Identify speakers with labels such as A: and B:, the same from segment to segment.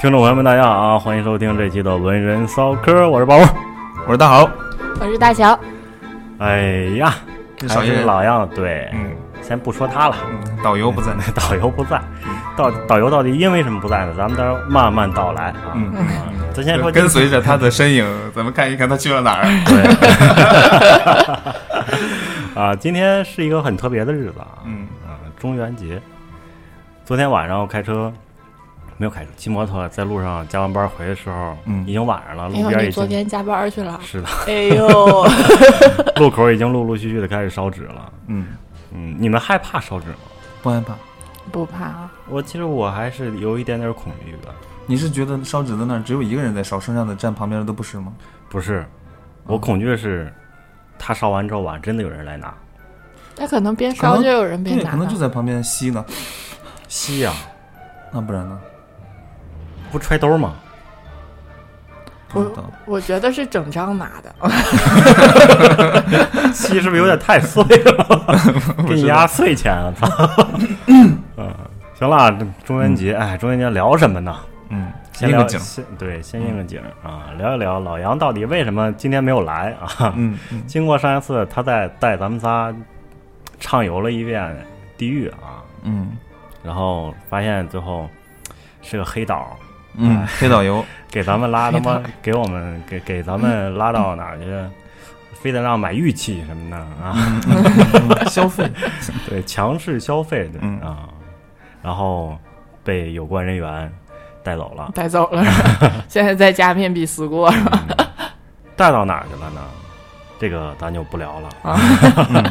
A: 听众朋友们，大家好啊，欢迎收听这期的文人骚嗑，我是包包。
B: 我说大豪，
C: 我是大
B: 啊
C: 乔，
A: 哎呀，
B: 这
A: 还
B: 少
A: 是
B: 爷，
A: 老样子，对，
B: 嗯，
A: 先不说他了，
B: 嗯导游不在，
A: 导游不在，导导游到底因为什么不在呢？咱们到时候慢慢道来啊。
B: 嗯，
A: 咱先说
B: 跟随着他的身影，咱们看一看他去了 哪儿。
A: 对，啊，今天是一个很特别的日子啊，
B: 嗯
A: 啊，中元节。昨天晚上我开车，没有开车，骑摩托在路上加完班回的时候，
B: 嗯
A: 已经晚上了，
C: 哎
A: 路
C: 呦，
A: 边
C: 你
A: 已
C: 昨
A: 经
C: 天加班儿去了？
A: 是的，
C: 哎呦，
A: 路口已经陆陆续续的开始烧纸了。
B: 嗯，
A: 嗯，你们害怕烧纸吗？
B: 不害怕。
C: 不怕啊，
A: 我其实我还是有一点点恐惧的，
B: 你是觉得烧纸的那儿只有一个人在烧，剩下的站旁边的都不是吗？
A: 不是，我恐惧的是，他烧完之后晚上真的有人来拿，
C: 那可能边
B: 可
C: 烧
B: 能
C: 就有人边
B: 对，
C: 拿
B: 可能就
C: 了
B: 在旁边吸呢。
A: 吸呀、
B: 那不然呢？
A: 不揣兜吗？
B: 不知道。
C: 我觉得是整张拿的，
A: 吸是不是有点太碎 了？给你压岁钱啊！操！嗯，行了，这中元节，哎，中元节聊什么呢？
B: 嗯，
A: 先
B: 应
A: 聊嗯
B: 个景。
A: 先对，先应个景儿啊，聊一聊老杨到底为什么今天没有来啊？
B: 嗯嗯，
A: 经过上一次他在带咱们仨畅游了一遍地狱啊，
B: 嗯
A: 然后发现最后是个黑导，
B: 嗯，黑导游，
A: 给咱们拉他妈给我们给给咱们拉到哪儿去？非得让买玉器什么的啊，
B: 嗯消费。
A: 对，强制消费的
B: 嗯
A: 啊，然后被有关人员带走了，
C: 带走了， 现在在家面壁思过。
A: 带到哪儿去了呢？这个咱就不聊了
C: 啊。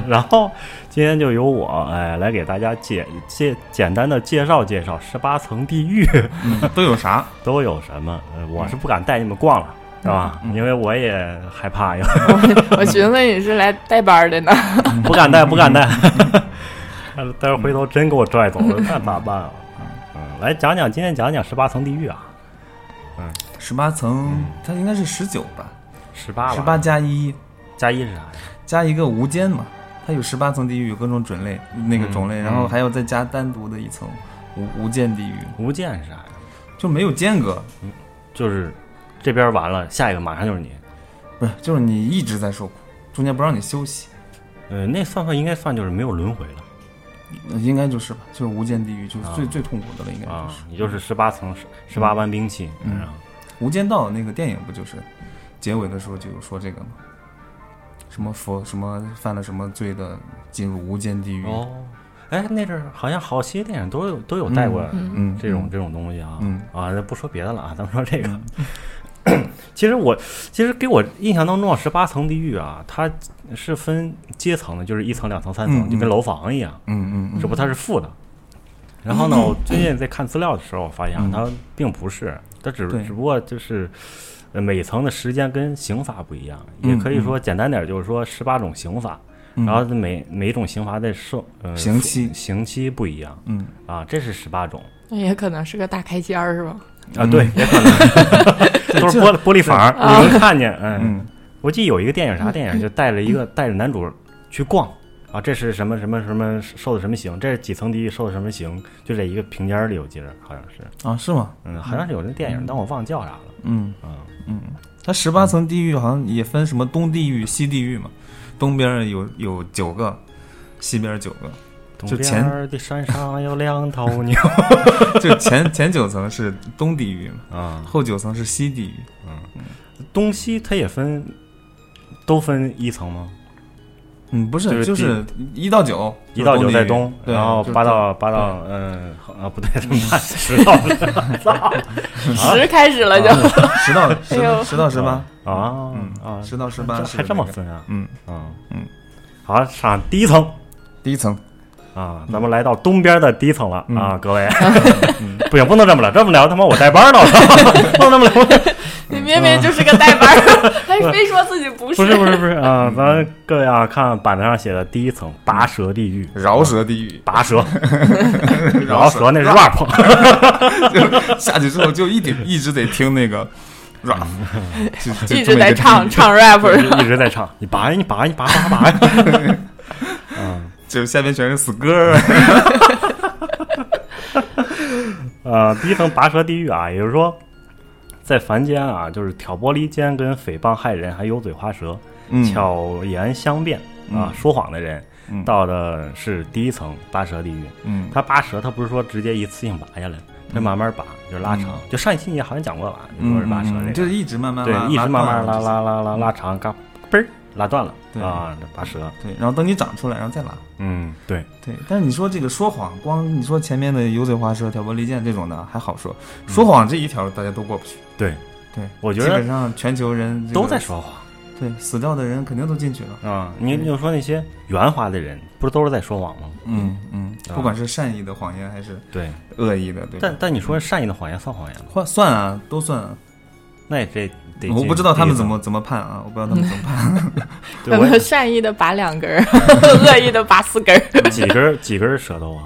A: 然后今天就由我哎来给大家介介简单的介绍介绍十八层地狱
B: 嗯都有啥？
A: 都有什么。呃我是不敢带你们逛了，是吧？
B: 嗯嗯
A: 因为我也害怕，有
C: 我寻思你是来带班儿的呢，
A: 不敢带，不敢带。 待会儿回头真给我拽走了，那咋办啊？嗯，来讲讲今天讲讲十八层地狱啊，
B: 十八层，它应该是十九吧？
A: 十八
B: 十八加一
A: 加一是啥呀？
B: 加一个无间嘛，它有十八层地狱，有各种种类那个种类，
A: 嗯
B: 然后还要再加单独的一层无无间地狱，
A: 无间是啥呀？
B: 就没有间隔，
A: 就是这边完了，下一个马上就是你。
B: 不是，就是你一直在受苦，中间不让你休息，
A: 呃，那算算应该算就是没有轮回了
B: 呃应该就是吧，就是无间地狱，就是最、
A: 啊
B: 最痛苦的了，应该就
A: 啊
B: 是。，
A: 也就是十八层十十八般兵器。
B: 嗯
A: 然后
B: 无间道那个电影不就是结尾的时候就有说这个吗？什么佛什么犯了什么罪的进入无间地狱？
A: 哦，哎，那阵儿好像好些电影都有都有带过
B: 嗯，
A: 这种这种东西啊。
B: 嗯
A: 啊，那不说别的了啊，咱们说这个。 其实我其实给我印象当中啊，十八层地狱啊，它是分阶层的，就是一层、两层、三层，
B: 嗯
A: 就跟
B: 嗯
A: 楼房一样，
B: 嗯嗯嗯
A: 这不它是负的。然后呢，我最近在看资料的时候，我发现啊
B: 嗯
A: 它并不是，它只
B: 对
A: 只不过就是呃每层的时间跟刑罚不一样，也
B: 嗯
A: 可以说简单点儿就是说十八种刑罚，
B: 嗯，
A: 然后每每一种刑罚的受呃
B: 刑期
A: 刑期不一样
B: 嗯
A: 啊，这是十八种
C: 那也可能是个大开间儿是吧？
A: 啊，
B: 嗯
A: 对，也可能 都是玻璃玻璃房儿，你能看见，嗯，
B: 啊嗯
A: 我记得有一个电影啥电影，就带着一个带着男主去逛啊，这是什么什么什么受的什么刑，这是几层地狱受的什么刑，就在一个平间儿里，我记得好像是，
B: 啊是吗？
A: 嗯，好像是有那电影，但我忘叫啥了，
B: 嗯
A: 嗯，
B: 嗯，它十八层地狱好像也分什么东地狱、西地狱嘛，东边儿有有九个，西边儿九个。
A: 东
B: 就前
A: 边儿的山上有两头 牛
B: 就前前九层是东地狱嘛，
A: 啊，
B: 后九层是西地狱，
A: 嗯东西它也分，都分一层吗？
B: 嗯，不是，
A: 就
B: 就是是一到九，
A: 一到九在东，
B: 就是地狱对
A: 然后
B: 就是
A: 八到八到嗯好啊不对，怎么办？十到
B: 啊
C: 十开始了就，
B: 十到十
C: 哎
B: 到
C: 呦
B: 十到十八，
A: 啊
B: 嗯
A: 啊，
B: 十到十
A: 这
B: 八是
A: 还这么
B: 那个，
A: 分啊？
B: 嗯，
A: 嗯
B: 嗯，
A: 好，上第一层
B: 第一层，
A: 啊，咱们来到东边的第一层了
B: 嗯
A: 啊， 各位，嗯不行，不能这么聊，这么聊他妈我带班呢，我操，不 能这么 聊，
C: 你明明就是个带班
B: 啊
C: 儿， 还非说自己不
A: 不是不是不是啊，
B: 嗯
A: 咱各位啊，看板子上写的第一层拔舌地狱，
B: 饶舌地狱，
A: 拔 舌，饶舌那是 rap，
B: 就下去之后就一得一直得听那个 rap，就就
C: 一
B: 这
C: 直
B: 么
C: 在
B: 一个
C: 唱
B: 地狱，
C: 唱 rap 是吧？
A: 一直在唱，你拔呀，你拔呀，你拔拔拔呀，嗯。
B: 就下面全是死歌，
A: 呃，第一层拔舌地狱啊，也就是说，在凡间啊，就是挑拨离间、跟诽谤害人，还油嘴滑舌、
B: 嗯，
A: 巧言相辩啊、
B: 嗯
A: 说谎的人，
B: 嗯
A: 到的是第一层拔舌地狱。
B: 嗯，
A: 他拔舌，他不是说直接一次性拔下来，他慢慢拔，就是拉长。就上一期你好像讲过吧，就说是拔舌
B: 嗯嗯
A: 这
B: 嗯就
A: 个，
B: 是一直慢慢拉
A: 对，一直慢慢
B: 断
A: 拉拉
B: 了
A: 拉拉拉长，嘎嘣儿拉断了
B: 对
A: 啊，这拔舌。
B: 对，然后等你长出来，然后再拉。
A: 嗯，对，
B: 对，但是你说这个说谎，光你说前面的油嘴滑舌、挑拨离间这种的还好说，说谎这一条大家都过不去。
A: 对，
B: 对，
A: 嗯我觉
B: 基
A: 得
B: 本上全球人、
A: 都在，说谎
B: 对，死掉的人肯定都进去了。
A: 啊。你你就说那些圆滑的人，不是都是在说谎吗？
B: 嗯嗯，
A: 啊
B: 不管是善意的谎言还是
A: 对，
B: 恶意的，对吧
A: 但但你说善意的谎言算谎言吗？
B: 换算啊，都算啊。
A: 那也这得
B: 我
A: 进
B: 不知道他们怎
A: 第
B: 么怎么判啊，我不知道他们怎么判。
A: 一层，
C: 可
A: 对，我
C: 能 善意的拔两根儿， 恶意的拔四根儿，
A: 也几根儿几根儿舌头啊，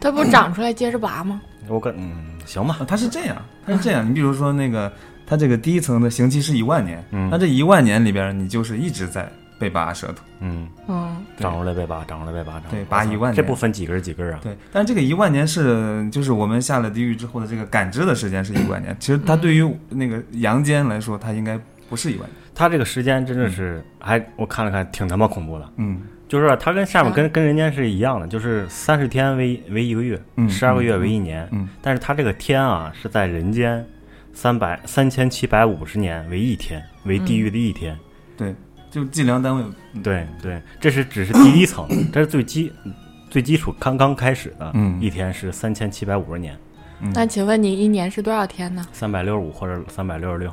C: 它不长出来接着拔吗？
A: 我感嗯行吧，
B: 啊他是这样，他是这样。你比如说那个，他这个第一层的刑期是一万年，
A: 嗯
B: 那这一万年里边，你就是一直在被拔舌头。
A: 嗯，
C: 嗯，
B: 对
A: 长出来呗拔，长出来呗拔，长出来
B: 对拔一万
A: 这
B: 年
A: 不分几根儿几根儿啊，
B: 对，但这个一万年是就是我们下了地狱之后的这个感知的时间是一万年。其实它对于那个阳间来说，它应该不是一万年。
A: 他这个时间真的是还我看了看，挺他妈恐怖的。
B: 嗯
A: 就是啊他跟下面
C: 啊
A: 跟跟人间是一样的，就是三十天为为一个月
B: 嗯，
A: 十二个月为一年。
B: 嗯
A: 但是他这个天啊是在人间三百三千七百五十年为一天，为地狱的一天。
B: 对，就计量单位。
A: 对对，这是只是第一层，这是最基最基础刚刚开始的
B: 嗯
A: 一天是三千七百五十年，
B: 嗯，
C: 那请问你一年是多少天呢？
A: 三百六十五或者三百六十六。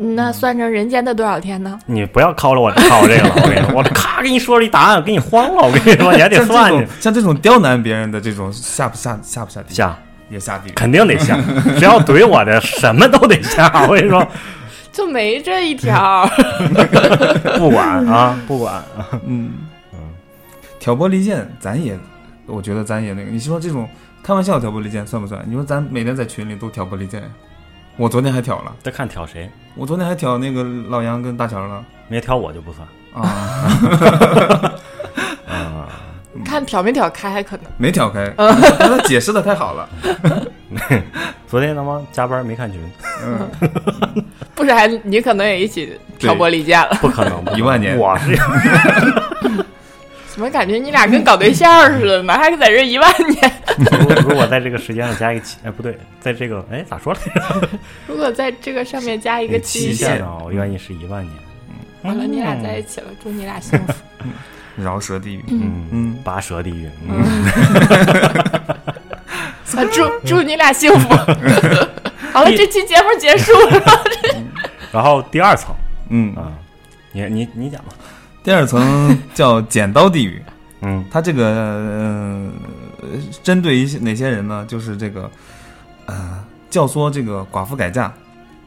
C: 嗯那算成人间的多少天呢？
A: 你不要考了我考这个了，我跟你 说，我这咔给你说了一答案，我给你慌了，我跟你说，你还得
B: 像这
A: 算
B: 种
A: 去
B: 像这种刁难别人的这种下不下下不下地狱
A: 下。
B: 也下地狱。
A: 肯定得 下，只要怼我的，什么都得下。我跟你说，
C: 就没这一条，
A: 不管啊，不管，
B: 嗯，挑拨离间，咱也，我觉得咱也那个，你说这种开玩笑挑拨离间算不算？你说咱每天在群里都挑拨离间，我昨天还挑了，
A: 再看挑谁，
B: 我昨天还挑那个老杨跟大乔了
A: 没挑我就不算
B: 啊，
A: 啊。
C: 看挑没挑开，可能
B: 没挑 开，但他解释的太好了，
A: 昨天他妈加班没看群，
B: 嗯，
C: 不然你可能也一起挑拨离间了。
A: 不可能，不可能
B: 一万年
A: 我是
C: 怎么感觉你俩跟搞对象似的呢？还在这一万 年？
A: 如如果在这个时间上加一个期，哎不对，在这个哎咋说 来着？
C: 如果在这个上面加一个
B: 期
C: 期
B: 限
C: 限，
A: 啊，我愿意是一万年。
C: 好了，你俩在一起了，祝你俩幸福。
B: 饶舌地狱，
A: 嗯嗯，
B: 嗯，
A: 拔舌地狱，嗯，
C: 啊，祝 祝你俩幸福。好了，这期节目结束了。
A: 然后第二层
B: 嗯，
A: 啊，你你你讲吧，
B: 第二层叫剪刀地狱，
A: 嗯
B: 它这个呃，针对一些哪些人呢？就是这个，呃，教唆这个寡妇改嫁，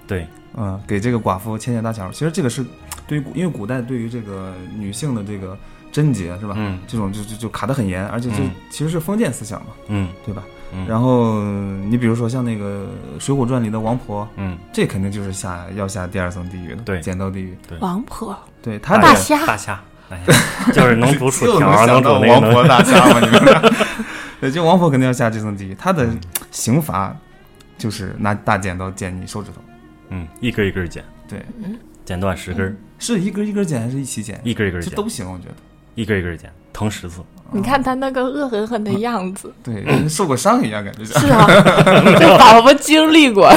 A: 对，
B: 嗯，给这个寡妇牵线搭桥。其实这个是对于古，因为古代对于这个女性的这个贞洁是吧？
A: 嗯
B: 这种就就就卡得很严，而且这
A: 嗯
B: 其实是封建思想嘛，
A: 嗯
B: 对吧？
A: 嗯
B: 然后你比如说像那个《水浒传》里的王婆，
A: 嗯，
B: 这肯定就是下要下第二层地狱的，
A: 对
B: 剪刀地狱。
C: 王婆，
B: 对，他
C: 大
B: 这
C: 虾
A: 大虾，大虾，就是能煮薯
B: 就能
A: 条，
B: 想
A: 能
B: 到
A: 煮那
B: 王
A: 个
B: 婆
A: 能，
B: 大虾吗？你们？ 对，就王婆肯定要下这层地狱，她的
A: 嗯
B: 刑罚就是拿大剪刀剪你手指头，
A: 嗯，一根一根剪，
B: 对，
A: 剪断十根儿，
B: 是一根一根剪还是一起剪？
A: 嗯一根一根
B: 这
A: 剪，
B: 都行，我觉得。
A: 一根一根剪，疼十次。
C: 你看他那个恶狠狠的样子，
B: 对， 跟受过伤一样，感觉是。
C: 是 啊，就仿佛经历过。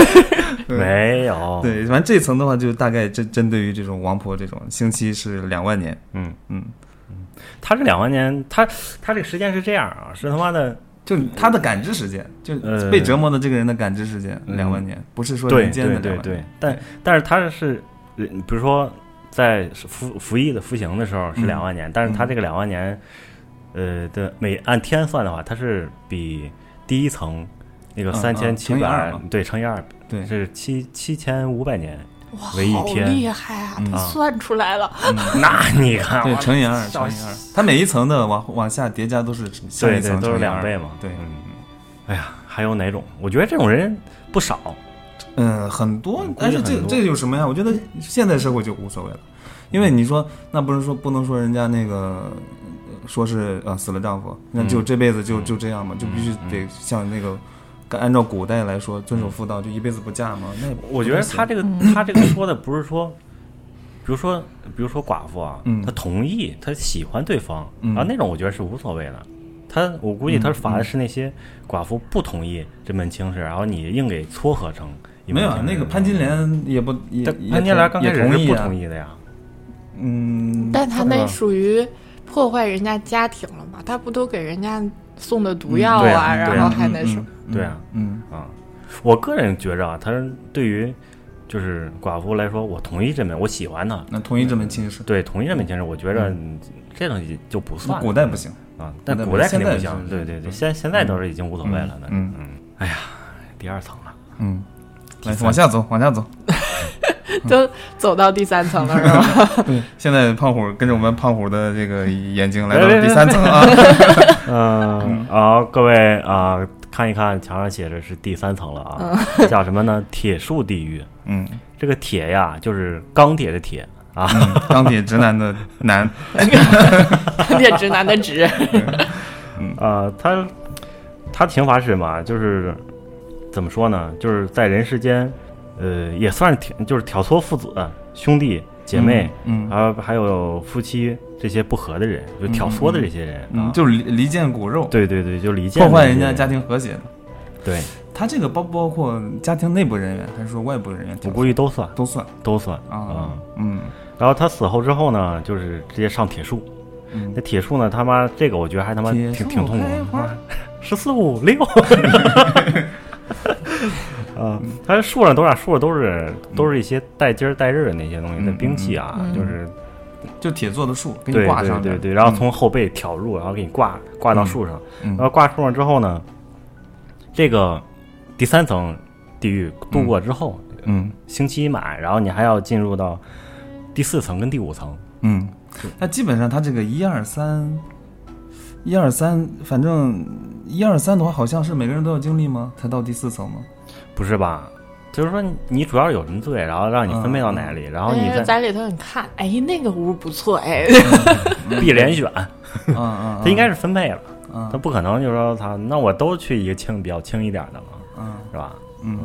B: 对
A: 没有，
B: 对，反正这层的话，就大概针针对于这种王婆这种，刑期是两万年。
A: 嗯，
B: 嗯，
A: 他这两万年，他他这个时间是这样啊，是他妈的，
B: 就他的感知时间，就
A: 呃
B: 被折磨的这个人的感知时间
A: 嗯
B: 两万年，不是说
A: 对
B: 人间
A: 对
B: 的
A: 对
B: 两万
A: 对
B: 年。，
A: 但但是他是，呃比如说在服服役的服刑的时候是
B: 嗯
A: 两万年，但是他这个两万年，呃的每按天算的话，它是比第一层那个
B: 嗯
A: 三千
B: 嗯
A: 七
B: 乘以二
A: 百
B: 嘛
A: 对乘以二
B: 对
A: 是七七千五百 年，
C: 哇，
A: 为一
C: 好
A: 天
C: 厉害啊！
B: 嗯
C: 他算出来了，
A: 那你看
B: 对，
A: 我
B: 乘以二，
A: 笑
B: 乘以二，它每一层的往往下叠加都是上
A: 对对
B: 一层
A: 都是
B: 乘以
A: 两
B: 二
A: 倍嘛，
B: 对，
A: 嗯，哎呀，还有哪种？我觉得这种人不少，
B: 嗯，很多
A: 嗯，
B: 但是
A: 估计
B: 这
A: 很多
B: 这有什么呀？我觉得现在社会就无所谓了，因为你说那不是说不能说人家那个呃说是呃死了丈夫，那就
A: 嗯
B: 这辈子就就这样嘛，就必须得像那个按照古代来说，遵守妇道就一辈子不嫁吗？那也不
A: 我觉得他这个他这个说的不是说，比如说比如说寡妇啊，
B: 嗯
A: 她同意，她喜欢对方
B: 嗯
A: 啊，那种我觉得是无所谓的。他我估计他法的是那些寡妇不同意这门亲事，然后你硬给撮合成一门
B: 没有
A: 亲
B: 啊
A: 事
B: 那个潘金莲也不也
A: 但潘金莲刚开始是不同
B: 意，
A: 意
B: 啊
A: 的呀，
B: 嗯，
C: 但他那
B: 是吧
C: 属于破坏人家家庭了吧？他不都给人家送的毒药
A: 嗯对啊对
C: 然
A: 啊
C: 后还那什么？，
B: 嗯
A: 对啊，
B: 嗯
A: 啊，我个人觉着啊，他对于就是寡妇来说，我同意这门，我喜欢她，
B: 嗯，那同意这门亲事，
A: 对，同意这门亲事，我觉着
B: 嗯
A: 这东西就不算
B: 古代不行，
A: 啊，但
B: 古代
A: 古代肯定
B: 现在
A: 不行，
B: 是
A: 对对对，
B: 嗯
A: 现现在倒是已经无所谓了，那
B: 嗯
A: 嗯，哎呀，第二层了，
B: 嗯，
A: 第
B: 来
A: 三
B: 往下走，往下走，
A: 嗯
C: 都走到第三层了是 吧？
B: 对，现在胖虎跟着我们胖虎的这个眼睛来到
A: 别别
B: 了第
A: 别
B: 三层啊，
A: 嗯，好，各位啊，看一看墙上写着是第三层了啊，叫什么呢？铁树地狱，
B: 嗯，
A: 这个铁呀，就是钢铁的铁啊，
B: 嗯钢铁直男的 男，
C: 这直男的直，
A: 呃，他他刑罚是什么啊？就是怎么说呢？就是在人世间，呃，也算是挑，就是挑唆父子、兄弟、姐妹，
B: 嗯，嗯，
A: 还有还有夫妻这些不和的人，就挑唆的这些人，啊
B: 嗯，就是离离间骨肉，
A: 对对对，就离间
B: 破坏
A: 的
B: 人
A: 这些
B: 家家，庭和谐的。
A: 对
B: 他这个包不包括家庭内部人员，还是说外部人员？
A: 我估计都算
B: 都算
A: 都算
B: 啊
A: 嗯。，
B: 嗯
A: 然后他死后之后呢，就是直接上铁树。
B: 嗯
A: 那，铁树呢？他妈这个我觉得还他妈挺
B: 铁
A: 挺
B: 树
A: 痛苦
B: 开
A: 的嗯
B: 花，
A: 十四五 六。啊，
B: 嗯
A: 它树上多少树上都是都是一些带尖儿带刃儿的那些东西，
B: 嗯
A: 那兵器啊，
C: 嗯嗯
A: 就是
B: 就铁做的树给你
A: 对
B: 挂
A: 对
B: 上
A: 对
B: 面，
A: 对，然后从后背挑入，然后给你挂挂到树上，
B: 嗯
A: 然后挂树上之后呢，这个第三层地狱度过之后，
B: 嗯
A: 星期一满，然后你还要进入到第四层跟第五层，
B: 嗯，那基本上他这个一二三，一二三，反正一二三的话，好像是每个人都要经历吗？才到第四层吗？
A: 不是吧？就是说你你主要有什么罪，然后让你分配到哪
B: 嗯
A: 里，然后你
C: 哎，
A: 再嗯
C: 在里头你看，哎，那个屋不错，哎，
A: 必连选，
B: 啊啊，
A: 它应该是分配了，
B: 啊
A: 它不可能就是说他那我都去一个轻比较轻一点的嘛，
B: 啊
A: 是吧？
B: 嗯，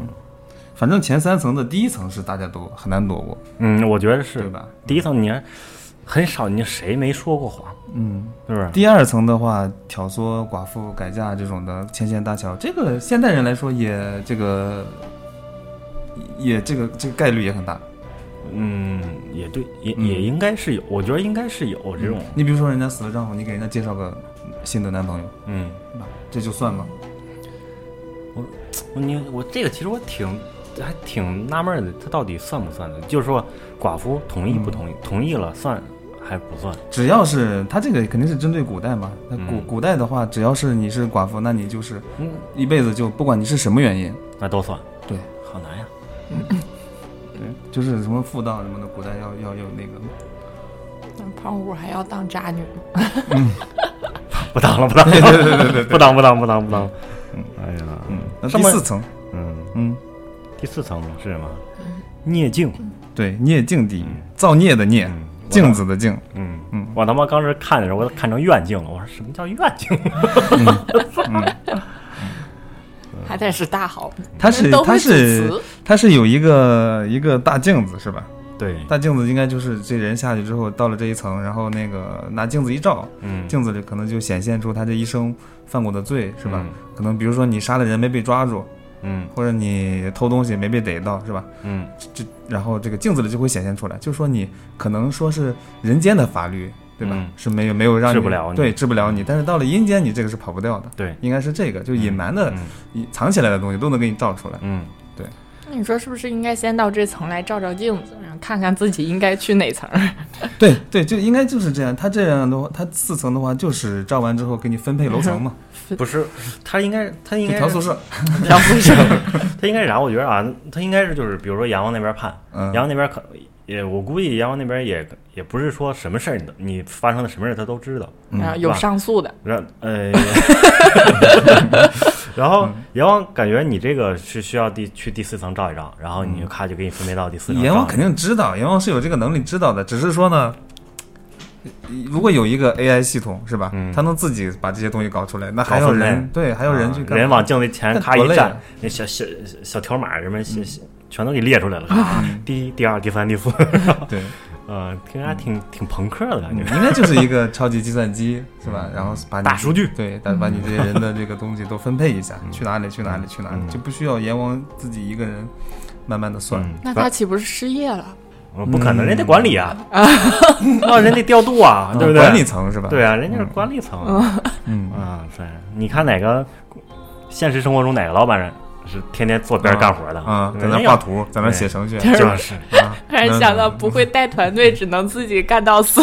B: 反正前三层的第一层是大家都很难躲过，
A: 嗯，我觉得是
B: 对？吧？
A: 第一层你还很少，你谁没说过谎，
B: 嗯。
A: 是不是？
B: 第二层的话，挑唆寡妇改嫁这种的牵线搭桥，这个现代人来说也这个也这个这个概率也很大。
A: 嗯，也对，也
B: 嗯
A: 也应该是有，我觉得应该是有这种，
B: 你比如说，人家死了丈夫，你给人家介绍个新的男朋友，
A: 嗯，
B: 对吧？这就算吗？
A: 我嗯你我这个其实我挺还挺纳闷的，它到底算不算的？就是说寡妇同意不
B: 嗯
A: 同意？同意了算还不算？
B: 只要是他这个肯定是针对古代嘛，那古、
A: 嗯
B: 古代的话，只要是你是寡妇，那你就是
A: 嗯，
B: 一辈子就不管你是什么原因，
A: 那都算，
B: 对
A: 好难呀。
B: 对，就是什么妇道什么的，古代要要有那个
C: 胖虎还要当渣女，
A: 不当了，不当了，对对对对，不当不当不当不当。哎呀，
B: 嗯，那
A: 上
B: 第
A: 面
B: 四层，
A: 嗯，
B: 嗯，
A: 第四层是什么？孽镜，
B: 对，孽境地狱，造孽的孽，
A: 嗯
B: 镜子的镜，
A: 嗯
B: 嗯
A: 我他妈刚这看的时候，我都看成愿镜了。我说什么叫愿 镜？嗯
C: 还得是大好，
B: 它是
C: 都
B: 它
C: 会组
B: 是
C: 词，
B: 它是有一个一个大镜子是吧？
A: 对，
B: 大镜子应该就是这人下去之后到了这一层，然后那个拿镜子一照，
A: 嗯，
B: 镜子里可能就显现出他这一生犯过的罪是吧
A: 嗯？
B: 可能比如说你杀了人没被抓住，
A: 嗯
B: 或者你偷东西没被逮到是吧？
A: 嗯
B: 这然后这个镜子里就会显现出来，就说你可能说是人间的法律对吧
A: 嗯？
B: 是没有没有让你
A: 治不了你
B: 对治不了你，但是到了阴间你这个是跑不掉的。
A: 对，
B: 应该是这个，就隐瞒的、
A: 嗯
B: 隐藏起来的东西都能给你照出来。
A: 嗯，
C: 那你说是不是应该先到这层来照照镜子，然后看看自己应该去哪层？
B: 对对，就应该就是这样。他这样的话，他四层的话就是照完之后给你分配楼 层嘛，
A: 不是，他应该 他应
B: 就
A: 该
B: 调宿舍。
C: 然后是
A: 他应该是啥？我觉得啊，他应该是就是，比如说杨王那边判，
B: 嗯
A: 杨王那边可也，我估计杨王那边也也不是说什么事儿，你都你发生的什么事儿他都知道。
C: 然后有上诉的，
A: 然 呃，然
B: 嗯
A: 后阎王感觉你这个是需要第去第四层照一照，然后你就咔就给你分配到第四层照一照。
B: 阎王肯定知道，阎王是有这个能力知道的，只是说呢，如果有一个 AI 系统是吧
A: 嗯，
B: 它能自己把这些东西搞出来，那还要
A: 搞分类
B: 人对，还要人去
A: 啊
B: 干嘛，
A: 人往镜子前
B: 那
A: 咔
B: 多
A: 一
B: 累
A: 站
B: 啊，嗯
A: 那小小小条码什么写写全都给列出来了，第一、第二、第三、第四，
B: 对，嗯
A: 呃，听着还挺挺朋克的感觉。
B: 应该就是一个超级计算机是吧？然后把你
A: 嗯大数据
B: 对，把把你这些人的这个东西都分配一下，去哪里去哪里去哪里，
A: 嗯
B: 就不需要阎王自己一个人慢慢的算。嗯
A: 嗯，
C: 那他岂不是失业了？
A: 呃不可能，人得管理 啊，啊，人得调度啊，对不对？
B: 管理层是吧？
A: 对啊，人家是管理层啊
B: 嗯，
A: 啊。对，你看哪个现实生活中哪个老板是天天坐边儿干活的
B: 啊，在
A: 人
B: 那
A: 家
B: 画
A: 要
B: 图，在那写程序，
C: 对
A: 就
C: 图
A: 是
B: 啊，
C: 突然想到不会带团队，只能自己干 到死。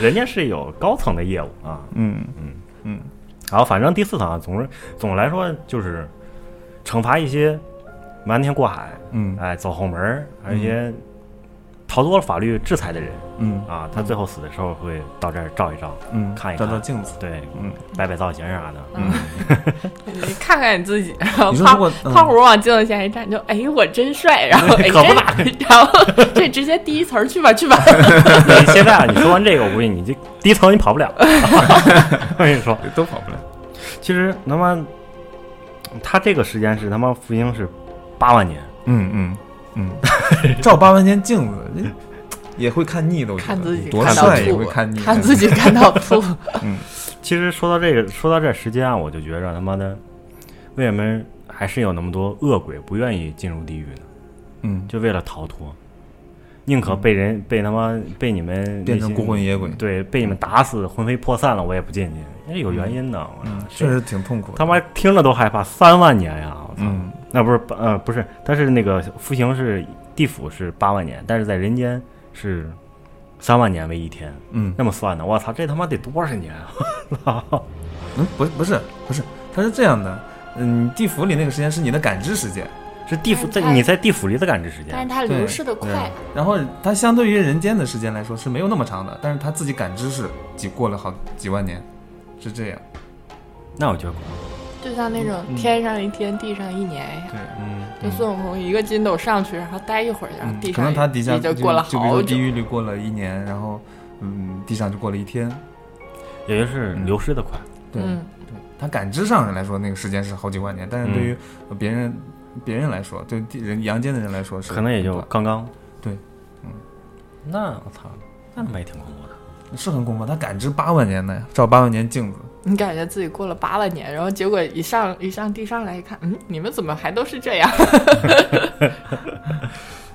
A: 人家是有高层的业务啊。
B: 嗯
A: 然后反正第四层啊，总是总的来说就是惩罚一些瞒天过海，
B: 嗯
A: 哎，走后门儿，还有一些逃脱了法律制裁的人
B: 嗯
A: 啊，他最后死的时候会到这儿照一照，
B: 嗯，
A: 看一
B: 照
A: 看
B: 照镜子，
A: 对，
B: 嗯，
A: 摆摆造型啥的，
C: 你看看你自己，然后
B: 你说
C: 胖
B: 如果嗯
C: 胖虎往镜子前一站，就哎我真帅，然 后哎
A: 可不
C: 真，然后这直接第一词儿去吧去 吧，
A: 你现在啊你说完这个，我估计你就第一层你跑不了。 我跟你说，
B: 都跑不了。
A: 其实他妈他这个时间是他妈复兴是八万年，
B: 嗯嗯嗯，照八万间镜子。哎也会看腻的，我觉得
C: 看自己
B: 多
C: 看到
B: 帅也
C: 吐
B: 会，看腻，
C: 看自己看到 吐，
A: 其实说到这个，说到这时间啊，我就觉着他妈的，为什么还是有那么多恶鬼不愿意进入地狱呢？
B: 嗯，
A: 就为了逃脱，宁可被人、被他妈被你们
B: 变成
A: 那些
B: 孤魂野鬼
A: 对，被你们打死魂飞魄散了，我也不进去，那有原因的。我操
B: 嗯确实挺痛苦的。
A: 他妈听着都害怕，三万年呀！我操，
B: 嗯
A: 那不是呃不是，但是那个服刑是地府是八万年，但是在人间是三万年为一天。
B: 嗯，
A: 那么算的，我操，这他妈得多少年啊！
B: 嗯，不，不是，不是，它是这样的，嗯，地府里那个时间是你的感知时间，
A: 是地府
C: 但
A: 在
C: 是它
A: 你在地府里的感知时
C: 但是
A: 间，
C: 他流逝的快，
B: 然后它相对于人间的时间来说是没有那么长的，但是它自己感知是几过了好几万年，是这样。
A: 那我觉得，
C: 就像那种
B: 嗯
C: 天上一天地上一年一样。
B: 对，
A: 嗯，
C: 就孙悟空一个筋斗上去，然后待一会儿，然后
B: 嗯
C: 啊地，
B: 可
C: 上
B: 能它
C: 也
B: 底下
C: 也就
B: 就
C: 过了
B: 就比如
C: 好
B: 说
C: 久
B: 地。狱里过了一年，然后嗯，地上就过了一天。
A: 也就是流失的快，
B: 对，
C: 嗯，
B: 它感知上来说那个时间是好几万年，但是对于
A: 嗯
B: 别人、别人来说，对地人阳间的人来说是
A: 可能也就
B: 短
A: 刚刚。嗯
B: 对，
A: 那我操，那他妈也挺恐怖的。
B: 是很恐怖，它感知八万年的呀，照八万年镜子。
C: 你感觉自己过了八万年，然后结果一上一上地上来一看，嗯，你们怎么还都是这样？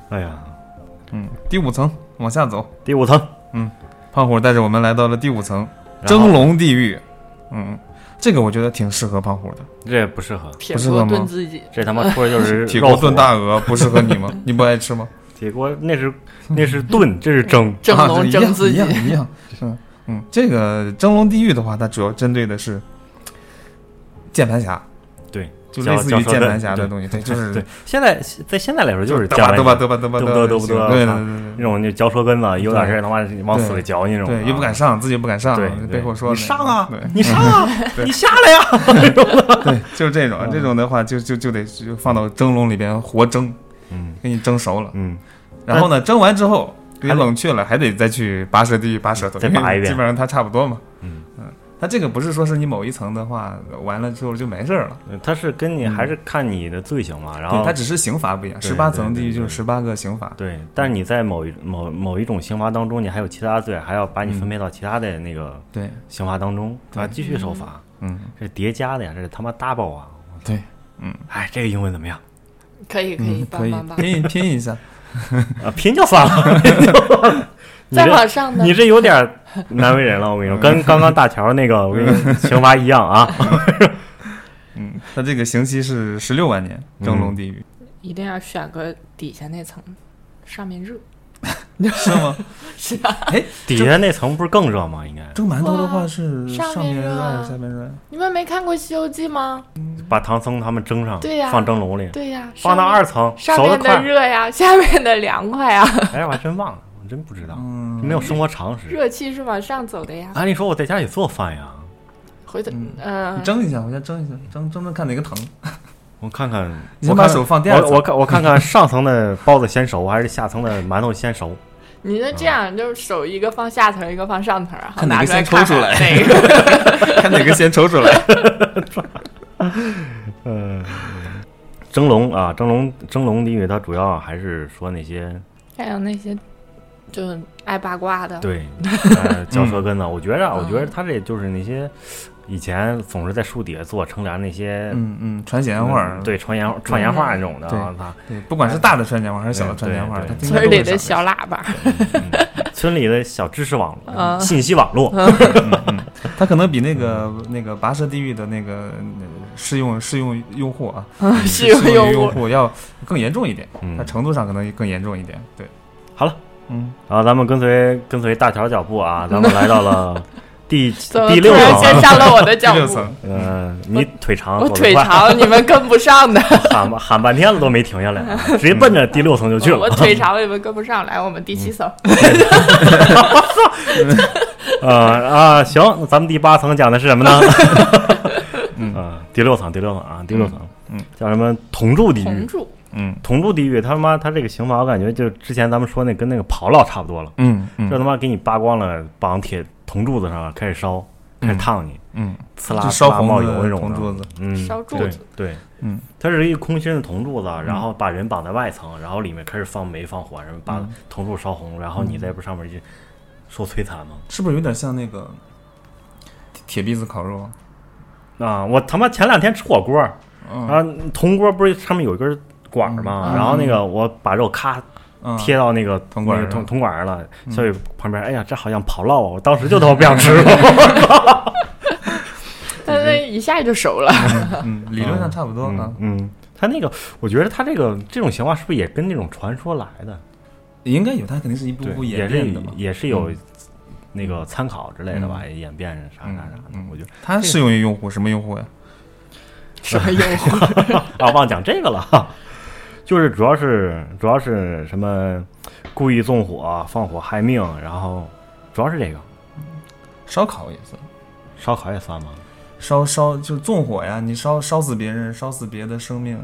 A: 哎呀，
B: 嗯，第五层往下走，
A: 第五层，
B: 胖虎带着我们来到了第五层
A: 然后
B: 蒸笼地狱。嗯，这个我觉得挺适合胖虎的。
A: 这不适合，
C: 铁
B: 不是
C: 锅
B: 的吗啊
C: 炖自己，
A: 这他妈说的就是
B: 铁
A: 呃肉
B: 锅
A: 火
B: 炖大鹅不适合你 吗？你不爱吃吗？
A: 铁锅那是那是炖，这是蒸。
C: 蒸
B: 啊
C: 笼
B: 一
C: 蒸
B: 样
C: 自
B: 一
C: 己，
B: 样一 样。嗯嗯，这个蒸笼地狱的话，它主要针对的是键盘侠，
A: 对，
B: 就
A: 叫
B: 类似于键盘侠的
A: 对
B: 东西。对，就 是
A: 对，现在在现在来说就是
B: 嘚
A: 键
B: 吧
A: 盘
B: 嘚吧嘚吧嘚吧
A: 嘚吧嘚
B: 嘚吧
A: 吧嘚吧
B: 对对
A: 嘚吧
B: 对
A: 那种就嚼舌根子，有点事儿他妈往死里嚼那种，啊
B: 对对，又不敢。上，自己又不敢上
A: 对，，对
B: 背后说
A: 你上啊
B: 对，
A: 你上啊，你下来呀！
B: 对，就是这种，这种的话就就就得就放到蒸笼里边活蒸，
A: 嗯
B: 给你蒸熟了。
A: 嗯，
B: 然后呢，蒸完之后给冷却了，还得再去拔舌地狱拔舌头，
A: 再
B: 因为
A: 拔一遍
B: 基本上它差不多嘛。
A: 嗯
B: 它这个不是说是你某一层的话，完了之后就没事儿了。
A: 嗯他是跟你还是看你的罪行嘛，然
B: 嗯对，
A: 后
B: 它只是刑罚不一样，
A: 对
B: 十八层
A: 对
B: 地狱
A: 对
B: 就是十八个刑罚。
A: 对，但是你在某一某某一种刑罚当中，你还有其他罪，还要把
B: 嗯
A: 你分配到其他的那个
B: 对，
A: 刑罚当中啊，继续受罚，
B: 嗯，
A: 这是叠加的呀，这是他妈 double 啊！
B: 对，
A: 哎，这个英文怎么样？
C: 可以可以
B: 嗯，，
C: 棒
B: 可以
C: 棒棒。
B: 拼一拼一下。
A: 啊，拼就算了， 你
C: 再往
A: 这
C: 上呢
A: 你？这有 点难为人了，我跟你说，跟刚刚大乔那个我跟 你刑罚一样啊。
B: 嗯，它这个刑期是十六万年，
A: 嗯
B: 蒸笼地狱
C: 一定要选个底下那层，上面热。
B: 是吗？
C: 是啊，
B: 哎，
A: 底下那层不是更热吗？应该
B: 蒸馒头的话是
C: 哇
B: 上
C: 上面
B: 面热
C: 热
B: 还
C: 啊
B: 是下面热呀？
C: 你们没看过《西游记》吗？
A: 把唐僧他们蒸上，
C: 对呀
A: 放蒸笼里，
C: 对呀，
A: 放到
C: 上
A: 二层，
C: 上
A: 熟的
C: 面的
A: 快。
C: 热呀， 下面的凉快呀，
A: 哎，我还真忘了，我真不知道，
B: 嗯，
A: 没有生活常识。
C: 热气是往上走的呀。
A: 按理说我在家里做饭呀，
C: 回头
B: 嗯，
C: 嗯
B: 你，蒸一下，我先蒸一下，蒸蒸蒸看哪个疼。
A: 我看看，
B: 你
A: 我
B: 先把
A: 看
B: 手放第二
A: 我
B: 层
A: 我看我看看上层的包子先熟还是下层的馒头先熟？
C: 你就这样，就是手一个放下层，一个放上层，然后
B: 看哪个
C: 拿出来
B: 先抽
C: 看
B: 出来
C: 哪个
B: 看哪个先抽出来。
A: 嗯，蒸笼啊，蒸笼蒸笼地狱，它主要还是说那些
C: 还有那些就是爱八卦的，
A: 对，呃，嚼舌
B: 嗯
A: 根子。我觉着啊，我觉着
C: 嗯
A: 他这就是那些以前总是在树底下做乘凉那些，
B: 嗯嗯，传闲话儿，
A: 对，传言传言话那种的啊，他
B: 对，不管是大的传闲话儿还是小的
A: 对
B: 传闲话儿，
A: 对
B: 他
A: 对
B: 听
C: 村里的
B: 小
C: 小喇叭，
A: 嗯村里的小知识网络、
C: 嗯
A: 信息网络，
B: 他嗯可能比那个那个跋涉地狱的那个呃适用适用用户啊，适
C: 是有
B: 于
C: 用
B: 用
C: 户。
B: 户要更严重一点，
A: 嗯
B: 它程度上可能更严重一点。对，
A: 好了，
B: 嗯，
A: 然后咱们跟随跟随大乔脚步啊，咱们来到 了第
C: 怎么
A: 第
C: 突
A: 六
C: 然
A: 层
C: 间
A: 啊。
C: 上了我的
B: 第
C: 脚
B: 六
C: 步？
B: 层，
A: 嗯、你腿长，
C: 我
A: 走得
C: 腿
A: 快，
C: 长，你们跟不上的。
A: 喊喊半天了都没停下来啊，直接奔着第六层就去了。
C: 我腿长，你们跟不上。来，我们第七层，
A: 呃啊，行，那咱们第八层讲的是什么 呢？嗯、啊，第六层，第六层啊，第六层，
B: 嗯嗯
A: 叫什么？同住地
C: 同
A: 狱。
C: 住。
B: 嗯
A: 同住地狱，他妈他这个刑罚，我感觉就之前咱们说那跟那个刨烙差不多了，
B: 嗯
A: 这他
B: 嗯
A: 妈给你扒光了，绑铁铜柱子上开始烧，开始烫你，
B: 嗯，
A: 呲啦
B: 就
A: 呲
B: 烧
A: 啦冒
B: 红
A: 油那
B: 的
A: 种
B: 红
A: 的，
B: 桌子，
A: 嗯，
C: 烧柱子
A: 对，对
B: 嗯
A: 它是一个空心的铜柱子，啊然后把人绑在外层，然后里面开始放煤放火，然后把
B: 嗯
A: 铜柱烧红，然后你在不上面就受摧残吗？
B: 是不是有点像那个铁铁篦子烤肉啊？
A: 啊，我他妈前两天吃火锅，
B: 嗯
A: 啊，铜锅不是上面有一根管儿吗？
C: 嗯
A: 然后那个我把肉咔
B: 嗯，
A: 贴到那个
B: 铜管儿
A: 那个
B: 上嗯
A: 铜铜管儿了，小雨旁边，哎呀，这好像跑烙啊！我当时就他妈不想吃 了。
C: 但是一下就熟了。
B: 嗯，理论上差不多啊
A: 嗯。嗯，他那个，我觉得他这个这种情况是不是也跟那种传说来的？
B: 应该有，它肯定是一步
A: 对，
B: 步
A: 也
B: 演
A: 是
B: 变的嘛。嗯
A: 也是有那个参考之类的吧，演变啥啥啥的
B: 嗯。
A: 我就
B: 它适用于用户什么用户呀？
C: 什么用户？
A: 啊，忘讲这个了 哈，就是主要是主要是什么故意纵火、放火害命，然后主要是这个
B: 烧烤也算，
A: 烧烤也算吗？
B: 烧烧就是纵火呀，你烧烧死别人，烧死别的生命。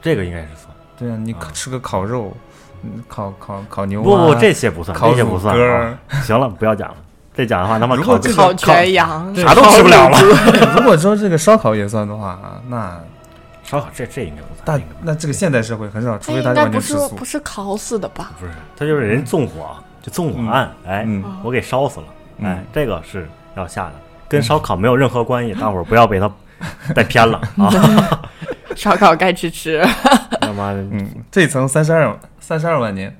A: 这个应该是算。
B: 对啊，你
A: 啊
B: 吃个烤肉，嗯烤烤烤牛
A: 不
B: 啊，
A: 不，这些不算，
B: 烤
A: 这些
B: 乳
A: 不算
B: 鸽
A: 啊。行了，不要讲了，这讲的话他妈
B: 如
A: 烤
B: 果这个
C: 烤全羊，
A: 啥都吃不了了。
B: 如果说这个烧烤也算的话啊，那
A: 烧烤这这应该不算，
B: 大
A: 应该不
B: 那这个现代社会很少，除非
C: 他应
A: 哎
B: 他
C: 该
B: 完
C: 不
B: 全
C: 是
B: 吃素
C: 不。是烤死的吧？
A: 不是，他就是人纵火，就纵火案，哎
B: 嗯，
A: 我给烧死了，
B: 嗯
A: 哎，这个是要下的，跟烧烤没有任何关系，大伙儿不要 被他带偏了啊！
C: 烧烤该吃吃。
A: 他妈的
B: 嗯，这一层三十二三十二万年，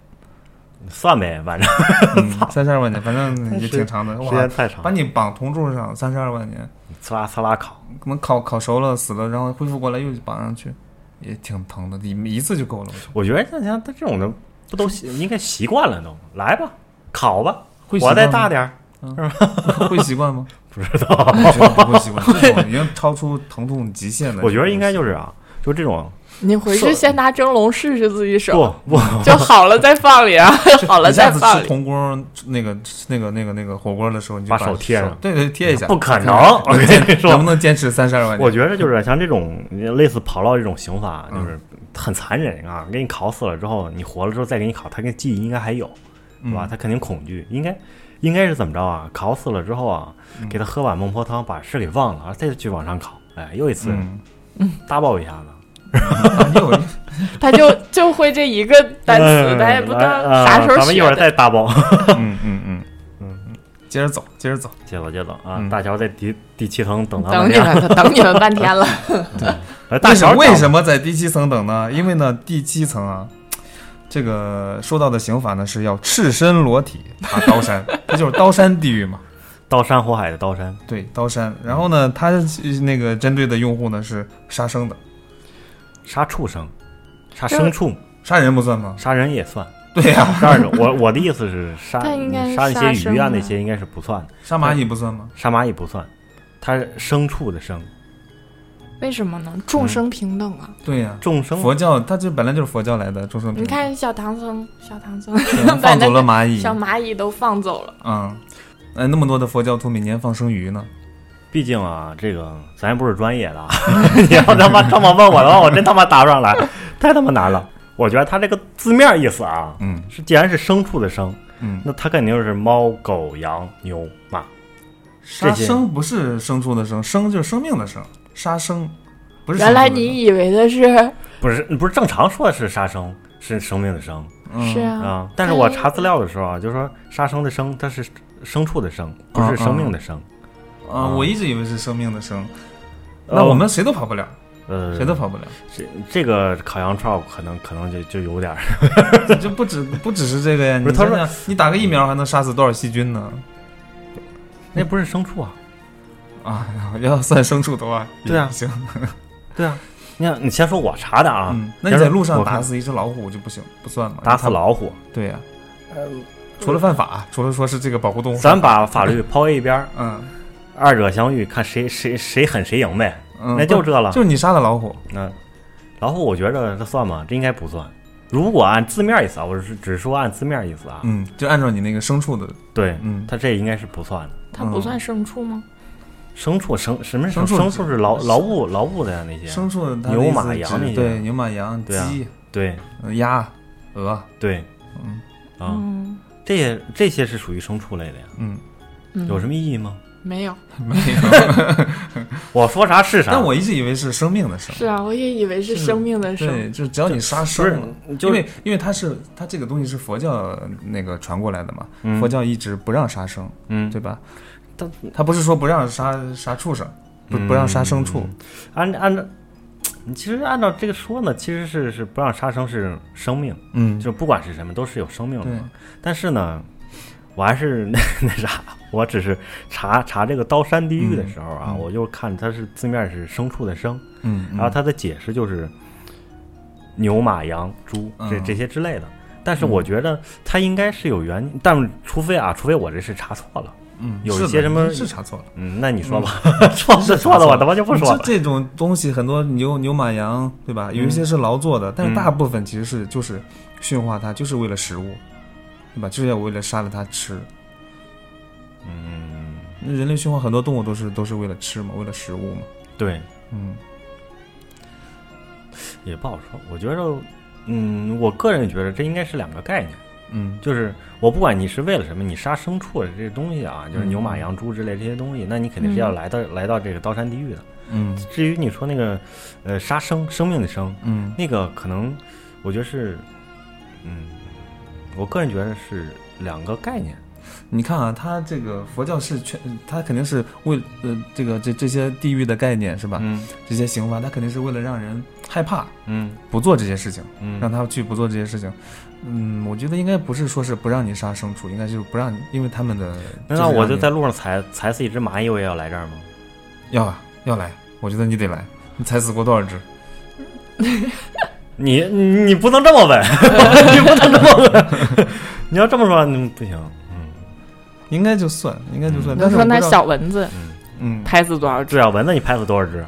A: 算呗，反正
B: 三十二万年，反正也
A: 是
B: 挺长的。
A: 时间
B: 哇，
A: 太长
B: 把，你绑铜柱上三十二万年，
A: 呲啦呲啦烤，
B: 可能烤烤熟了死了，然后恢复过来又绑上去，也挺疼的，一一次就够了。我觉得
A: 我觉得像像他这种的不都习应该习惯了都，来吧，烤吧，
B: 会习
A: 火
B: 惯
A: 再
B: 吗
A: 大点儿，
B: 会习惯吗？
A: 不知道。
B: 我觉得不会习惯，这种已经超出疼痛极限了。
A: 我觉得应该就是啊，就这种
C: 你回去先拿蒸笼试试自己手，
A: 不不
C: 就好了再放里，然后好了
B: 你下
C: 再
B: 次
C: 放
B: 吃
C: 里。
B: 铜锅那个那个那个那个火锅的时候，你就
A: 把
B: 把
A: 手贴上
B: 对对，贴一下。
A: 不可能，我跟你
B: 能坚能不
A: 说，
B: 能坚持三十二万年？
A: 我觉得就是像这种类似跑烙这种刑罚，
B: 嗯
A: 就是很残忍啊，给你烤死了之后，你活了之后再给你烤，他跟记忆应该还有，
B: 嗯
A: 是吧？他肯定恐惧，应该应该是怎么着啊？烤死了之后啊，
B: 嗯
A: 给他喝碗孟婆汤，把事给忘了，再去往上烤，哎，又一次
B: 嗯，
A: 大爆一下子。
B: 啊你有
C: 他就就会这一个单 词，咱也不知道
A: 来
C: 啥
A: 呃
C: 时候
A: 嗯咱们一
C: 学
A: 会儿
C: 的。
A: 再大 爆。
B: 嗯嗯嗯嗯，接着走，接着走。
A: 接走接走啊！
B: 嗯
A: 大乔在第第七层等咱
C: 等
A: 们
C: 你
A: 俩，
C: 们，等你们半天了。
A: 来大
B: 为什
A: 乔
B: 么为什
A: 么？
B: 么在第七层等呢？因为呢，第七层啊，这个说到的刑法呢是要赤身裸体爬刀山， 这就是刀山地狱嘛。
A: 刀山火海的刀山，
B: 对，刀山。然后呢，它是那个针对的用户呢是杀生的，
A: 杀畜生，杀牲畜，
B: 杀人不算吗？
A: 杀人也算。
B: 对呀、
A: 当然，我我的意思是杀
C: 但应该是
A: 杀那些
C: 杀
A: 鱼啊，
C: 生吧
A: 那些应该是不算的，
B: 杀蚂蚁不算吗？
A: 杀蚂蚁不算，它是牲畜的牲，
C: 为什么呢？众生平等啊！
B: 对呀、
A: 众生
B: 佛教它这本来就是佛教来的众生平
C: 你
B: 等，
C: 看小唐僧，小唐僧
B: 嗯放走了蚂蚁，
C: 小蚂蚁都放走了，
B: 嗯，哎，那么多的佛教徒每年放生鱼呢，
A: 毕竟啊，这个咱也不是专业的，啊， 你要他妈这么问我的话，我真他妈答不上来，太他妈难了。我觉得他这个字面意思啊，
B: 嗯
A: 是既然是牲畜的牲，
B: 嗯，
A: 那它肯定是猫、狗、羊、牛、马。
B: 杀
A: 些
B: 生不是牲畜的生，生就是生命的生，杀生不是牲畜的生。
C: 原来你以为的是
A: 不是不是正常说的是杀生，是生命的生
B: 嗯
C: 是
A: 啊、
C: 啊，
A: 但是我查资料的时候啊，就是说杀生的生，它是牲畜的牲，不是生命的生。
B: 啊，
A: 嗯
B: 我一直以为是生命的生，
A: 哦
B: 那我们谁都跑不了，
A: 呃，
B: 谁都跑不了。
A: 这这个烤羊串儿可能可能就就有 点儿，
B: 就不止不只是这个呀，
A: 不是
B: 你
A: 他说
B: 想想你打个疫苗还能杀死多少细菌呢？
A: 那不是牲畜啊。
B: 啊， 要算牲畜的话，
A: 对啊
B: 也行，
A: 对啊，你看你先说我查的啊，
B: 嗯，那你
A: 先说
B: 在路上
A: 我
B: 打
A: 看
B: 死一只老虎就不行，不算嘛？
A: 打死，老虎，
B: 对呀，除了犯法，除了说是这个保护动物，
A: 咱把法律抛一边儿，
B: 嗯
A: 二者相遇，看谁谁谁狠谁赢呗，
B: 嗯，
A: 那就
B: 不
A: 这了。啊
B: 就是你杀了老虎，
A: 那老虎，我觉着这算吗？这应该不算。如果按字面意思啊，我是只说按字面意思啊，
B: 嗯，就按照你那个牲畜的，
A: 对，
B: 嗯，
A: 它这应该是不算的。
C: 它不算牲畜吗？
A: 牲畜牲什么是牲
B: 牲畜
A: 牲畜是劳劳务劳务的呀那些，
B: 牲畜它的
A: 牛
B: 意思
A: 马
B: 指
A: 羊那些
B: 对，牛马羊、
A: 对啊
B: 鸡、
A: 对
B: 呃鸭、鹅，
A: 对
B: 嗯
A: 啊，
C: 嗯，
A: 这些这些是属于牲畜类的呀，
B: 嗯，
C: 嗯
A: 有什么意义吗？
C: 没有？
B: 没有。
A: 我说啥是啥，
B: 但我一直以为是生命的生，
C: 是啊，我也以为是
B: 是
C: 生命的生。
B: 对，就是只要你杀
A: 不
B: 生
A: 是
B: 了。
A: 就
B: 因
A: 是
B: 为因为它是它这个东西是佛教那个传过来的嘛，
A: 嗯
B: 佛教一直不让杀生，
A: 嗯，
B: 对吧？
A: 但
B: 它不是说不让杀杀畜生，不不让杀牲畜，
A: 按按照。你其实按照这个说呢，其实是是不让杀生是生命，
B: 嗯
A: 就不管是什么都是有生命的
B: 对
A: 嘛。但是呢，我还是 那那啥，我只是查查这个刀山地狱的时候啊，
B: 嗯嗯
A: 我就看它是字面是牲畜的牲，
B: 嗯，
A: 然
B: 嗯
A: 后它的解释就是牛、马、羊、猪这
B: 嗯
A: 这些之类的。但是我觉得它应该是有原因，但除非啊，除非我这是查错了。
B: 嗯
A: 有一
B: 是的
A: 些什么
B: 你是查错了，
A: 嗯，那你说吧， 错是错了，我他妈就不说
B: 就
A: 了。嗯
B: 这种东西很多牛牛马羊对吧？有一些是劳作的，但是大部分其实是就是驯化它，就是为了食物，对吧？就是要为了杀了它吃。
A: 嗯，
B: 那人类驯化很多动物都是都是为了吃嘛，为了食物嘛。
A: 对，
B: 嗯
A: 也不好说。我觉着，嗯，我个人觉得这应该是两个概念。
B: 嗯
A: 就是我不管你是为了什么，你杀牲畜的这些东西啊，就是
B: 嗯
A: 牛、马、羊、猪之类这些东西，那你肯定是要来到、来到这个刀山地狱的。
B: 嗯
A: 至于你说那个，呃，杀生生命的生，
B: 嗯
A: 那个可能我觉得是，嗯，我个人觉得是两个概念。
B: 你看啊，他这个佛教是全，他肯定是为呃这个这这些地狱的概念是吧？
A: 嗯
B: 这些刑罚，他肯定是为了让人害怕，
A: 嗯
B: 不做这些事情，让
A: 嗯
B: 他去不做这些事情。嗯，我觉得应该不是说是不让你杀牲畜，应该就是不让你，因为他们的
A: 难道我
B: 是让
A: 就
B: 你
A: 在路上踩踩死一只蚂蚁，我也要来这儿吗？
B: 要啊要来？我觉得你得来，你踩死过多少只？
A: 你你你不能这么问，你不能这么问，你要这么说你不行。嗯
B: 应该就算，应该就算。
C: 能
B: 但是
C: 说
B: 我不
C: 那
B: 知道，
C: 小蚊子
A: 嗯，
B: 嗯
C: 拍死多少只？
A: 对啊，蚊子你拍死多少只？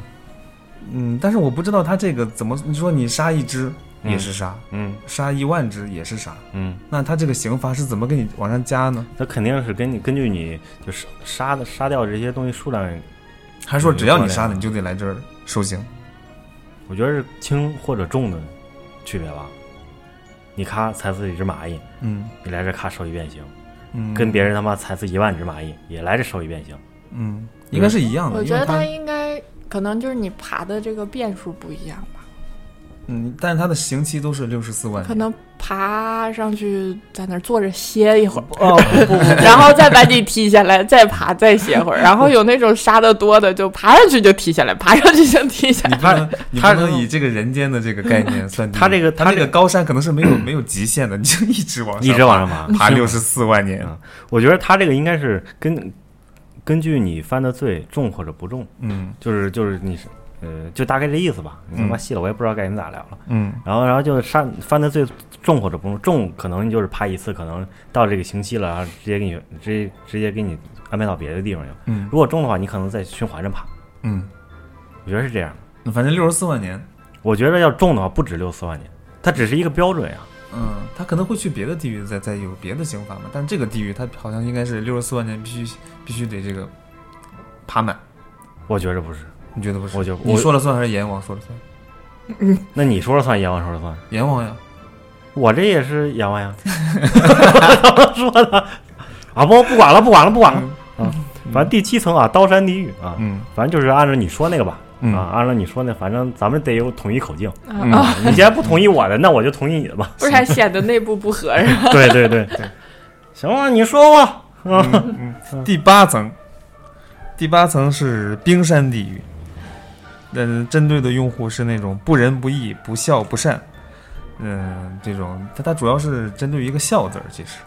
B: 嗯，但是我不知道他这个怎么，你说你杀一只
A: 嗯
B: 也是杀，
A: 嗯
B: 杀一万只也是杀，
A: 嗯。
B: 那他这个刑罚是怎么给你往上加呢？
A: 那肯定是根据根据你就是杀的杀掉这些东西数量，
B: 还
A: 嗯
B: 说只要你杀了，你就得来这儿受刑。
A: 我觉得是轻或者重的区别吧。你咔踩死一只蚂蚁，
B: 嗯
A: 你来这咔受一遍刑，
B: 嗯，
A: 跟别人他妈踩死一万只蚂蚁也来这受一遍刑。
B: 嗯应该是一样的。
C: 我觉得
B: 因为
C: 它
B: 它
C: 应该可能就是你爬的这个遍数不一样吧，
B: 嗯，但是他的刑期都是六十四万
C: 可能爬上去在那儿坐着歇一会儿。
B: 哦不不，
C: 然后再把你踢下来，再爬，再歇会儿。然后有那种杀的多的，就爬上去就踢下来，爬上去就踢 下
B: 你
C: 来。
B: 不能你不
A: 他
B: 能以这个人间的这个概念算定义。
A: 他这个
B: 他
A: 他
B: 这
A: 这
B: 个高山可能是没 有没有极限的，你就一直往上
A: 一直往上爬，
B: 爬六十四万年
A: 嗯。我觉得他这个应该是根根据你犯的罪重或者不重，
B: 嗯
A: 就是就是你是呃就大概这意思吧。你他妈
B: 嗯
A: 细了，我也不知道该你咋聊了。
B: 嗯
A: 然后，然后就是杀犯的罪重或者不重，重可能就是判一次，可能到这个刑期了，然后直接给你直接直接给你安排到别的地方去。
B: 嗯
A: 如果重的话，你可能在循环着判。
B: 嗯，
A: 我觉得是这样的。
B: 那反正六十四万年。
A: 我觉得要重的话，不止六四万年，它只是一个标准呀。
B: 嗯，他可能会去别的地狱，再再有别的刑罚嘛。但这个地狱，他好像应该是六十四万年必须必须得这个爬满，
A: 我觉着不是，
B: 你觉得不是？
A: 我就
B: 你
A: 我
B: 说了算还是阎王说了算？
A: 那你说了算，阎王说了算。
B: 阎王呀，
A: 我这也是阎王呀， 怎么说的？啊不，不管了，不管了，不管了。啊反正第七层啊，刀山地狱啊，
B: 嗯
A: 反正就是按照你说那个吧，
B: 嗯
A: 啊，按照你说那，反正咱们得有统一口径。
B: 嗯
C: 啊，
A: 你既然不同意我的，那我就同意你的吧。
C: 不然显得内部不和是吧？
A: 对对对对， 行吧，你说吧。啊，
B: 嗯嗯，第八层，第八层是冰山地狱，嗯，针对的用户是那种不仁不义、不孝不善，嗯，这种它它主要是针对于一个孝字儿，其实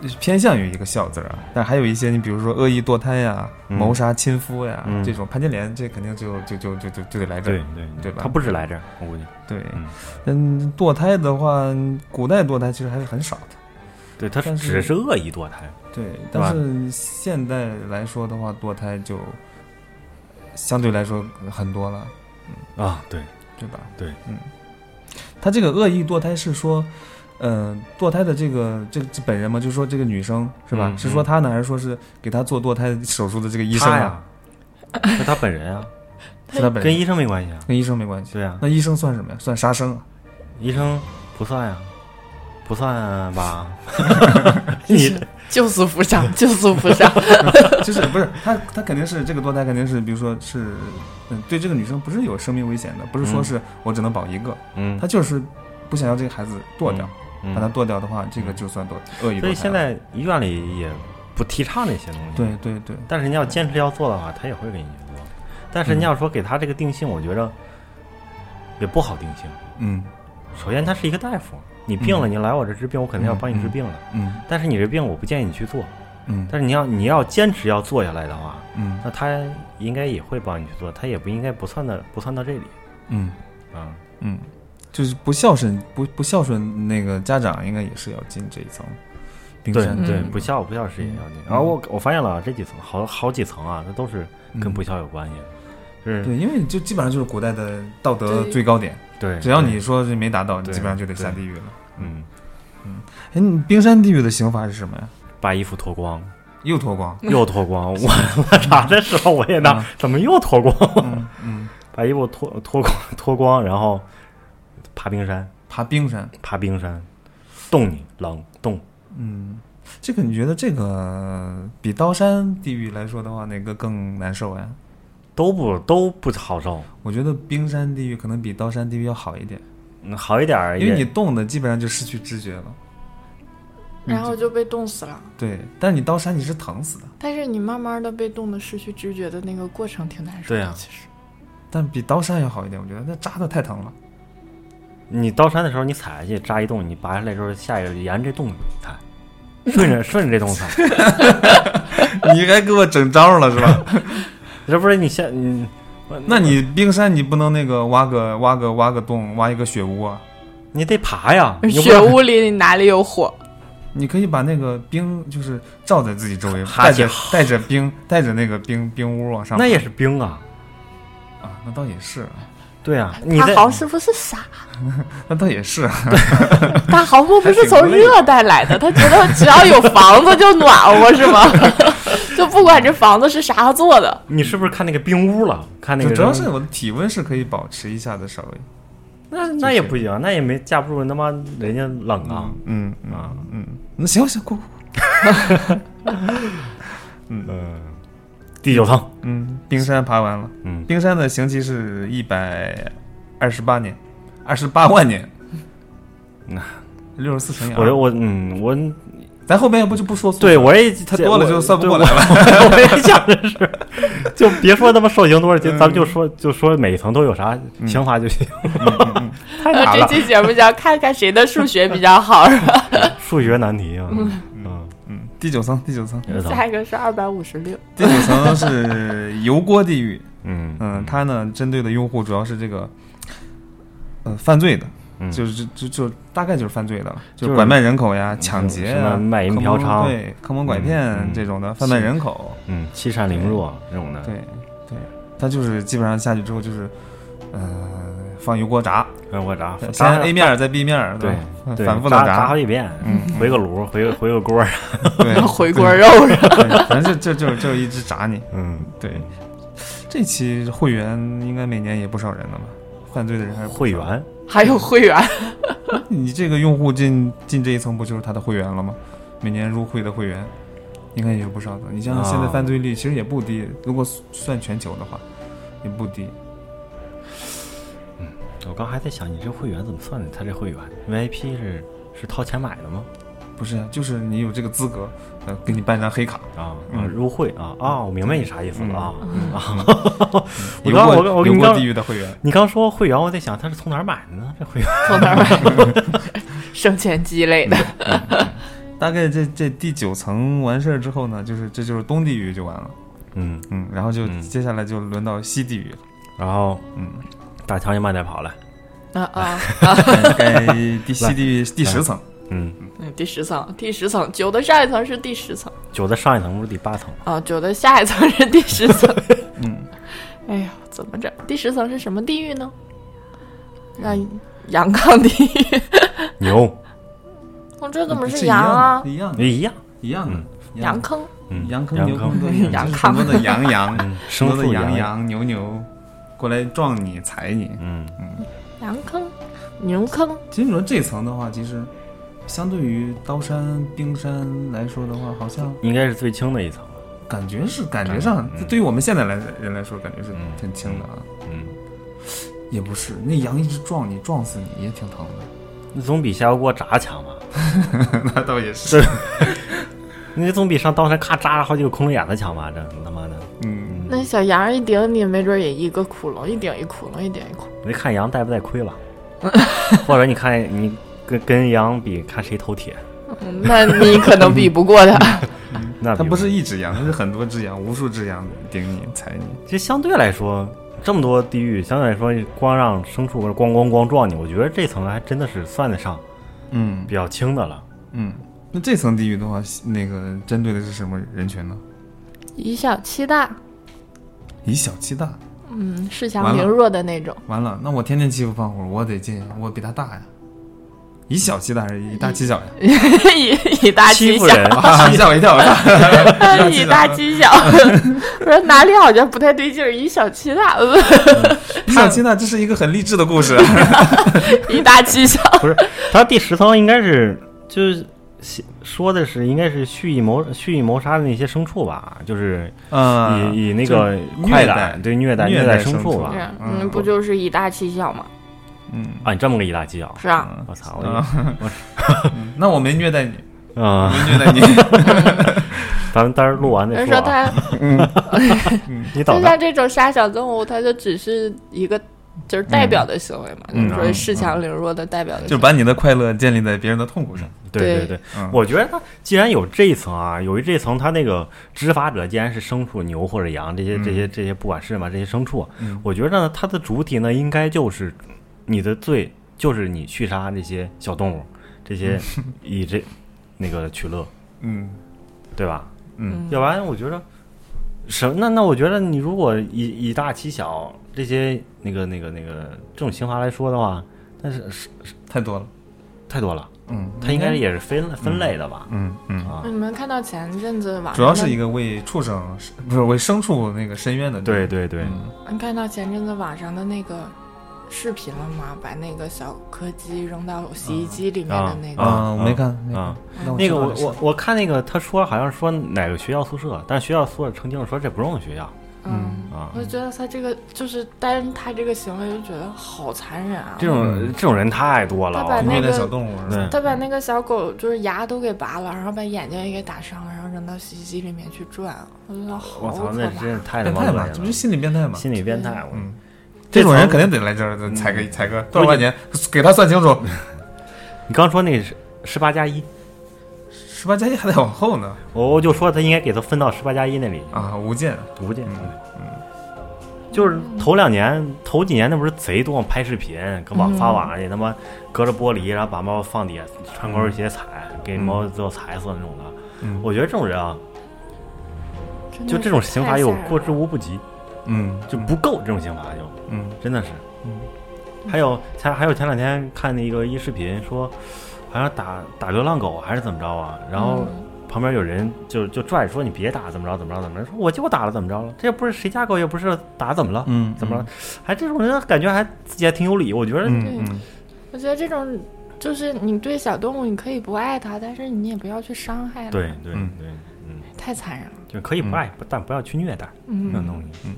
B: 就是偏向于一个孝字儿啊，但还有一些你比如说恶意堕胎呀、
A: 嗯
B: 谋杀亲夫呀、
A: 嗯
B: 这种，潘金莲这肯定就就就就就就得来这儿
A: 对，对
B: 对吧
A: 他不止来这儿，我估计，
B: 对
A: 嗯，
B: 嗯，堕胎的话，嗯古代堕胎其实还是很少的。
A: 对他
B: 但是
A: 只是恶意堕胎。
B: 对，
A: 对吧
B: 但是现代来说的话，堕胎就相对来说很多了，
A: 啊，对，
B: 对吧？
A: 对，
B: 嗯，他这个恶意堕胎是说，呃，堕胎的这个这这本人嘛，就是说这个女生是吧？
A: 嗯
B: 是说她呢，还是说是给她做堕胎手术的这个医生
A: 他
B: 啊？
A: 呀，是他本人啊，
B: 是她本
A: 跟
B: 人，
A: 医生没关系啊。
B: 跟医生没关系。
A: 对啊，
B: 那医生算什么呀？算杀生啊？
A: 医生不算呀、啊不算吧？你
C: 救死扶伤，救死扶伤。
B: 就是不是他，他肯定是这个堕胎肯定是，比如说是，嗯，对这个女生不是有生命危险的，不是说
A: 嗯
B: 是我只能保一个，
A: 嗯
B: 他，就是不想要这个孩子堕掉，
A: 嗯
B: 把他堕掉的话，这个就算堕恶意堕胎了。
A: 所以现在医院里也不提倡这些东西。
B: 对，对对，
A: 但是你要坚持要做的话，他也会给你去做。但是你要说给他这个定性，我觉着也不好定性。
B: 嗯
A: 首先，他是一个大夫，你病了，你来我这治病，我肯定要帮你治病的。
B: 嗯
A: 但是你这病，我不建议你去做。
B: 嗯
A: 但是你要你要坚持要做下来的话，
B: 嗯
A: 那他应该也会帮你去做，他也不应该不算到不算到这里
B: 嗯
A: 啊。
B: 嗯，就是不孝顺不不孝顺那个家长，应该也是要进这一层冰
A: 对
B: 山
C: 嗯
B: 地
A: 对，
B: 狱
A: 不孝不孝是也要紧。
B: 嗯
A: 然后我我发现了啊这几层好好几层啊，那都是跟不孝有关系，就是
B: 对，因为就基本上就是古代的道德
C: 对
B: 最高点，
A: 对，
B: 只要你说是没达到，你
A: 对
B: 基本上就得下
A: 对
B: 地狱了。
A: 嗯
B: 哎，你冰山地狱的刑罚是什么呀？
A: 把衣服脱光
B: 又脱光。
A: 又脱光，我我查的时候我也纳
B: 嗯，
A: 怎么又脱光？
B: 嗯嗯，
A: 把衣服脱脱光脱光，然后爬冰山，
B: 爬冰山。
A: 爬冰山，冻你冷冻。
B: 嗯，这个你觉得这个比刀山地狱来说的话，哪个更难受呀？
A: 都不都不好受，
B: 我觉得冰山地狱可能比刀山地狱要好一点，
A: 嗯好一点儿也，
B: 因为你冻的基本上就失去知觉了。
C: 然后就被冻死了。
B: 对，但是你刀山你是疼死的，
C: 但是你慢慢的被冻的失去知觉的那个过程挺难受
A: 对
C: 的，
A: 啊
C: 其实。
B: 但比刀山要好一点，我觉得那扎的太疼 了。
A: 你刀山的时候，你踩下去扎一洞，你拔下来之后，下一个沿着这洞踩，顺着 顺着这洞踩，
B: 你还给我整招了是吧？
A: 这不是你下你
B: 那你冰山你不能那个挖个挖个挖个洞，挖一个雪屋啊？
A: 你得爬呀，你又不
C: 雪屋里你哪里有火？
B: 你可以把那个冰就是罩在自己周围，
A: 哈
B: 带着
A: 气
B: 带着冰带着那个冰冰屋往上爬。
A: 那也是冰啊，
B: 啊，那倒也是，
A: 对啊，
B: 嗯
A: 你
C: 大
A: 在
C: 豪是不是傻？
B: 那倒也是。啊
C: 大豪哥不是从热带来的，他觉得只要有房子就暖和是吗？ 就不管这房子是啥做的，
A: 你是不是看那个冰屋了？看 那个
B: 主要是
A: 人
B: 我的体温是可以保持一下的，稍微。
A: 那那也不行，啊那也没架不住他妈人家冷啊。
B: 嗯嗯
A: 啊
B: 嗯，那行行，过过。
A: 嗯，第九层，
B: 嗯，冰山爬完了，
A: 嗯，
B: 冰山的刑期是一百二十八年，二十八万年。
A: 那
B: 六十四乘以
A: 我
B: 二，
A: 我嗯我
B: 咱后边要不就不说速
A: 对我也他
B: 太嗯多了就算不过来了。
A: 我 也想的是，就别说他妈受刑多少，就
B: 嗯
A: 咱们就说就说每一层都有啥刑罚就行。
B: 嗯
A: 太难
C: 那呃这
A: 了，
C: 期节目就要看看谁的数学比较好， 是吧？
A: 数学难题啊。嗯，
B: 嗯，第九层，第九层，
A: 这层
C: 下一个是二百五十六，
B: 第九层是油锅地狱。
A: 嗯
B: 嗯，它呢针对的用户主要是这个，呃，犯罪的，
A: 嗯
B: 就是就就就大概就是犯罪的了，
A: 就是
B: 是拐卖人口呀、抢劫
A: 什
B: 呀、
A: 么卖淫
B: 坑
A: 嫖
B: 蒙
A: 娼
B: 对，坑蒙拐
A: 嗯
B: 骗
A: 嗯
B: 这种的，贩卖人口，
A: 嗯，欺善凌弱这种的，
B: 对对，他就是基本上下去之后就是，呃，放油锅炸，
A: 嗯，我炸
B: 先
A: 炸
B: A 面儿再 B 面儿，
A: 对
B: 吧
A: 对
B: 反复的
A: 炸
B: 嗯
A: 炸好几遍，回个炉，回个回个锅，
B: 对，
C: 回锅肉是吧？
B: 对，对反正就就就就一直炸你，
A: 嗯，
B: 对，这期
A: 啊
B: 会员应该每年也不少人了吧？犯罪的人还是不少
A: 会员
C: 还有会员，
B: 你这个用户进进这一层，不就是他的会员了吗？每年入会的会员，应该也有不少的。你像现在
A: 啊
B: 犯罪率其实也不低，如果算全球的话，也不低。
A: 我刚还在想，你这会员怎么算的？他这会员 VIP 是是掏钱买的吗？
B: 不是，啊就是你有这个资格，呃，给你办张黑卡。
A: 啊啊，
B: 嗯
A: 入会啊啊！我明白你啥意思了啊 啊！我
B: 有
A: 刚
B: 过
A: 我刚我跟
B: 有
A: 你
B: 过
A: 刚
B: 地狱的会员，
A: 你刚说会员，我在想他是从哪儿买的呢？这会员
C: 从哪儿买？生前鸡肋的，
B: 大概这这第九层完事儿之后呢，就是这就是东地狱就完了。
A: 嗯，
B: 嗯，然后就、
A: 嗯
B: 接下来就轮到西地狱 了。
A: 然后
B: 嗯，
A: 大强也慢点跑了，
C: 啊啊！
B: 该第西地 狱第十层，
A: 嗯，
C: 嗯第十层，第十层，九的上一层是第十层
A: 九在上一层不是第八层吗？
C: 啊，九的下一层是第十层。
B: 嗯，
C: 哎呀，怎么整？第十层是什么地狱呢？那阳康地狱，
A: 牛
C: 我这怎么
B: 是
C: 是羊啊？
B: 一样 的，
A: 一样，
B: 一样的，一样
C: 羊
B: 的。
C: 坑，
A: 嗯，
B: 羊
A: 羊
B: 坑牛
A: 坑
B: 坑都一样，
C: 羊
B: 就是
C: 坑
B: 很多的羊羊，
A: 嗯，
B: 很
A: 牲
B: 多的
A: 畜
B: 羊
A: 羊，
B: 羊牛牛过来撞你踩你。
A: 嗯，
C: 羊坑，牛坑，
B: 其实你说这层的话，其实相对于刀山、冰山来说的话，好像
A: 应该是最轻的一层，
B: 感觉是感觉上，
A: 嗯
B: 这对于我们现在来人来说，感觉是挺轻的啊。
A: 嗯，
B: 也不是，那羊一直撞你，撞死你也挺疼的。
A: 那总比下油锅炸强吧？
B: 那倒也是，
A: 那总比上刀山咔扎好几个窟窿眼子强吧？这他妈的，
B: 嗯，
C: 那小羊一顶你，没准也一个窟窿，一顶一窟窿，一顶一窟窿。
A: 你看羊带不带亏吧？ 或者你看你跟跟羊比，看谁头铁？
C: 嗯 那你可能比不过 他。
A: 那
B: 它
A: 比
B: 不是一只羊，它是很多只羊，无数只羊顶你踩你。
A: 其实相对来说，这么多地域，相对来说，光让牲畜咣咣咣撞你，我觉得这层还真的是算得上
B: 嗯
A: 比较轻的了。
B: 嗯，那这层地狱的话，那个针对的是什么人群呢？
C: 以小欺大，
B: 以小欺大。
C: 嗯，恃强
B: 完了
C: 凌弱 的那种。
B: 完了，那我天天欺负胖虎，我得进，我比他大呀。以小欺大还是以大欺小呀？
C: 以以大
A: 欺
C: 欺
A: 负
C: 小，
A: 人
B: 啊 吓我一跳！我操
C: 以大 欺小。 我说哪里好像不太对劲儿，以小欺大，呃
B: 以小欺大，这是一个很励志的故事。
C: 以大欺小。
A: 不是，它第十层应该是就是写说的是应该是蓄意谋蓄意谋杀的那些牲畜吧，就是
B: 嗯，
A: 以以那个
B: 就是
A: 快
B: 虐
A: 感
B: 待
A: 对虐待
B: 虐
A: 待
B: 待
A: 牲
B: 牲畜
A: 吧。
B: 嗯
C: 嗯，不就是以大欺小吗？
B: 嗯，
A: 啊，你这么个一大记啊！
C: 是啊，
B: 嗯
A: 我操，
B: 啊
A: 我
B: 那我没虐待你，
A: 啊，
B: 没虐待你。
A: 咱们待会儿录完再
C: 人
A: 说
C: 说
A: 啊。
C: 他
A: 你等
C: 就
A: 着
C: 像，这种杀小动物，它就只是一个就是代表的行为嘛，
B: 嗯
C: 你说
B: 嗯
C: 恃强凌弱的代表的
B: 就是
C: 行为。
B: 把你的快乐建立在别人的痛苦上。
A: 对
C: 对
A: 对，
B: 嗯
A: 我觉得它既然有这一层啊，有一这一层，它那个执法者既然是牲畜、牛或者羊这些这些这些，不管是嘛这些牲畜，啊
B: 嗯
A: 我觉得呢，它的主体呢应该就是你的罪，就是你去杀这些小动物，这些 以这那个取乐，
B: 嗯
A: 对吧？
B: 嗯，
A: 要不然我觉得什那那我觉得你如果以以大欺小这些那个那个那个这种刑罚来说的话，但是是
B: 太多了。
A: 太多了，
B: 嗯，
A: 它应该也是分分类的吧？
B: 嗯嗯，
A: 啊，
C: 你们看到前阵子网上
B: 主要是
C: 的
B: 一个为畜生，不是为牲畜那个深渊的。
A: 对对对，
B: 嗯
C: 你看到前阵子网上的那个视频了吗？把那个小柯基扔到洗衣机里面的那个，
A: 啊
B: 啊，我没看没看
A: 啊
B: 那
A: 那个
B: 知道
A: 我
B: 这事
A: 我我看那个他说好像说哪个学校宿舍，但是学校宿舍澄清了说这不是我们学校
C: 嗯，
A: 啊
C: 我。就觉得他这个就是，但是他这个行为就觉得好残忍啊！
A: 这种、
B: 嗯
A: 这种人太多了
C: 他把
A: 啊，
C: 那
B: 虐待
C: 个
B: 小动物是吧？
A: 对
C: 他把那个小狗就是牙都给拔了，然后把眼睛也给打伤了，然后扔到洗衣机里面去转，我觉得好
A: 我操，
C: 可
A: 那
C: 怕
A: 真是。太他
B: 变
A: 妈
B: 态
A: 恶
B: 嘛，这
A: 心
B: 不
A: 了
B: 是，心理变态嘛？
A: 心嗯理变态。我
B: 嗯，这种人肯定得来这儿踩个踩个多少块钱，给他算清楚，
A: 你刚说那是十八加一，
B: 十八加一还得往后呢
A: 我我就说他应该给他分到十八加一那里，
B: 啊！无间，
A: 毒去。
B: 嗯
A: 就是头两年、头几年，那不是贼多拍视频，搁网发网上去，他妈隔着玻璃，然后把猫放底下，穿高跟鞋踩，给猫最后踩死那种的。
B: 嗯
A: 我觉得这种人啊，
C: 真的
A: 就这种刑罚
C: 嗯太
A: 有
C: 吓人了
A: 过之无不及，
B: 嗯
A: 就不够这种刑罚就。
B: 嗯
A: 真的是，
B: 嗯，
A: 还有前还有前两天看那个一视频说，好像打打流浪狗还是怎么着啊，然后
C: 嗯
A: 旁边有人就就拽着说你别打，怎么着怎么着怎么着，说我就打了怎么着了，这也不是谁家狗也不是打怎么了，
B: 嗯嗯
A: 怎么了，还这种人感觉还自己还挺有理，我觉得
B: 嗯嗯
C: 我觉得这种就是你对小动物，你可以不爱它，但是你也不要去伤害它，
A: 对对
B: 嗯
A: 对，嗯，
C: 太残忍了。
A: 就可以不爱，但不要去虐待这种
C: 嗯，
A: 东西。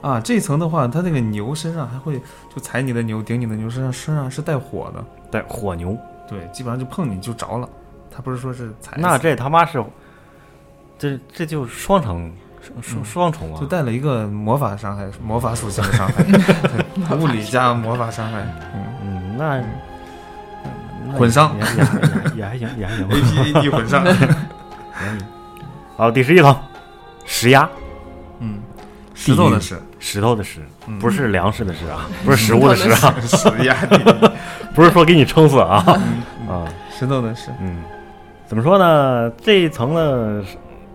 B: 啊，这层的话，它那个牛身上还会就踩你的牛，顶你的牛身上身上是带火的，
A: 对，火牛，
B: 对，基本上就碰你就着了。它不是说是踩死，
A: 那这他妈是，这这就双重双双双重啊
B: 就！带了一个魔法伤害，魔法属性的 伤害，对物理加魔法伤害， 嗯
A: 嗯，那那
B: 混伤
A: 也也也也还行，也还行
B: ，A。P A D 混上，
A: 好，第十一层，石压，
B: 嗯，石头的石，
A: 石头的石
B: 嗯，
A: 不是粮食的食啊，不是食物的食啊，
B: 石压地，
A: 不是说给你撑死啊
B: 嗯嗯
A: 啊，
B: 石头的石，
A: 嗯，怎么说呢？这一层的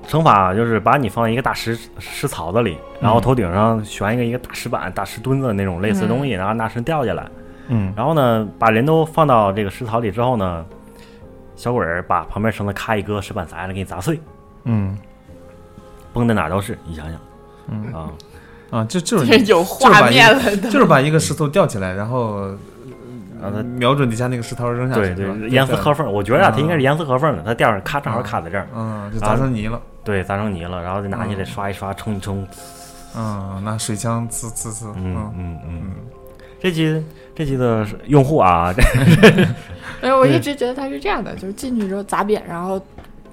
A: 惩罚就是把你放在一个大石石槽子里，然后头顶上悬一个一个大石板、大石墩子那种类似的东西，然后拿绳吊下来，
B: 嗯
A: 然后呢，把人都放到这个石槽里之后呢，小鬼儿把旁边绳子咔一割，石板砸下来给你砸碎，
B: 嗯
A: 崩的哪儿都是，你想想
B: 嗯
A: 啊，
B: 啊，就就
C: 这
B: 是
C: 有画面了的，
B: 就是把一个石头吊起来，然后
A: 让它
B: 瞄准底下那个石头扔下去，
A: 对
B: 是吧
A: 对，严丝合，缝。我觉得啊，它应该是严丝合缝的，它掉上咔正好
B: 嗯
A: 卡在这儿，
B: 嗯，就砸成泥了，
A: 对，砸成泥了，然后再拿起来
B: 嗯
A: 刷一刷，冲一冲，
B: 嗯，拿水枪呲呲呲，
A: 啊嗯
B: 嗯
A: 嗯嗯
B: 嗯。
A: 这期这期的用户啊，这
C: 因为我一直觉得它是这样的，就是进去之后砸扁，然后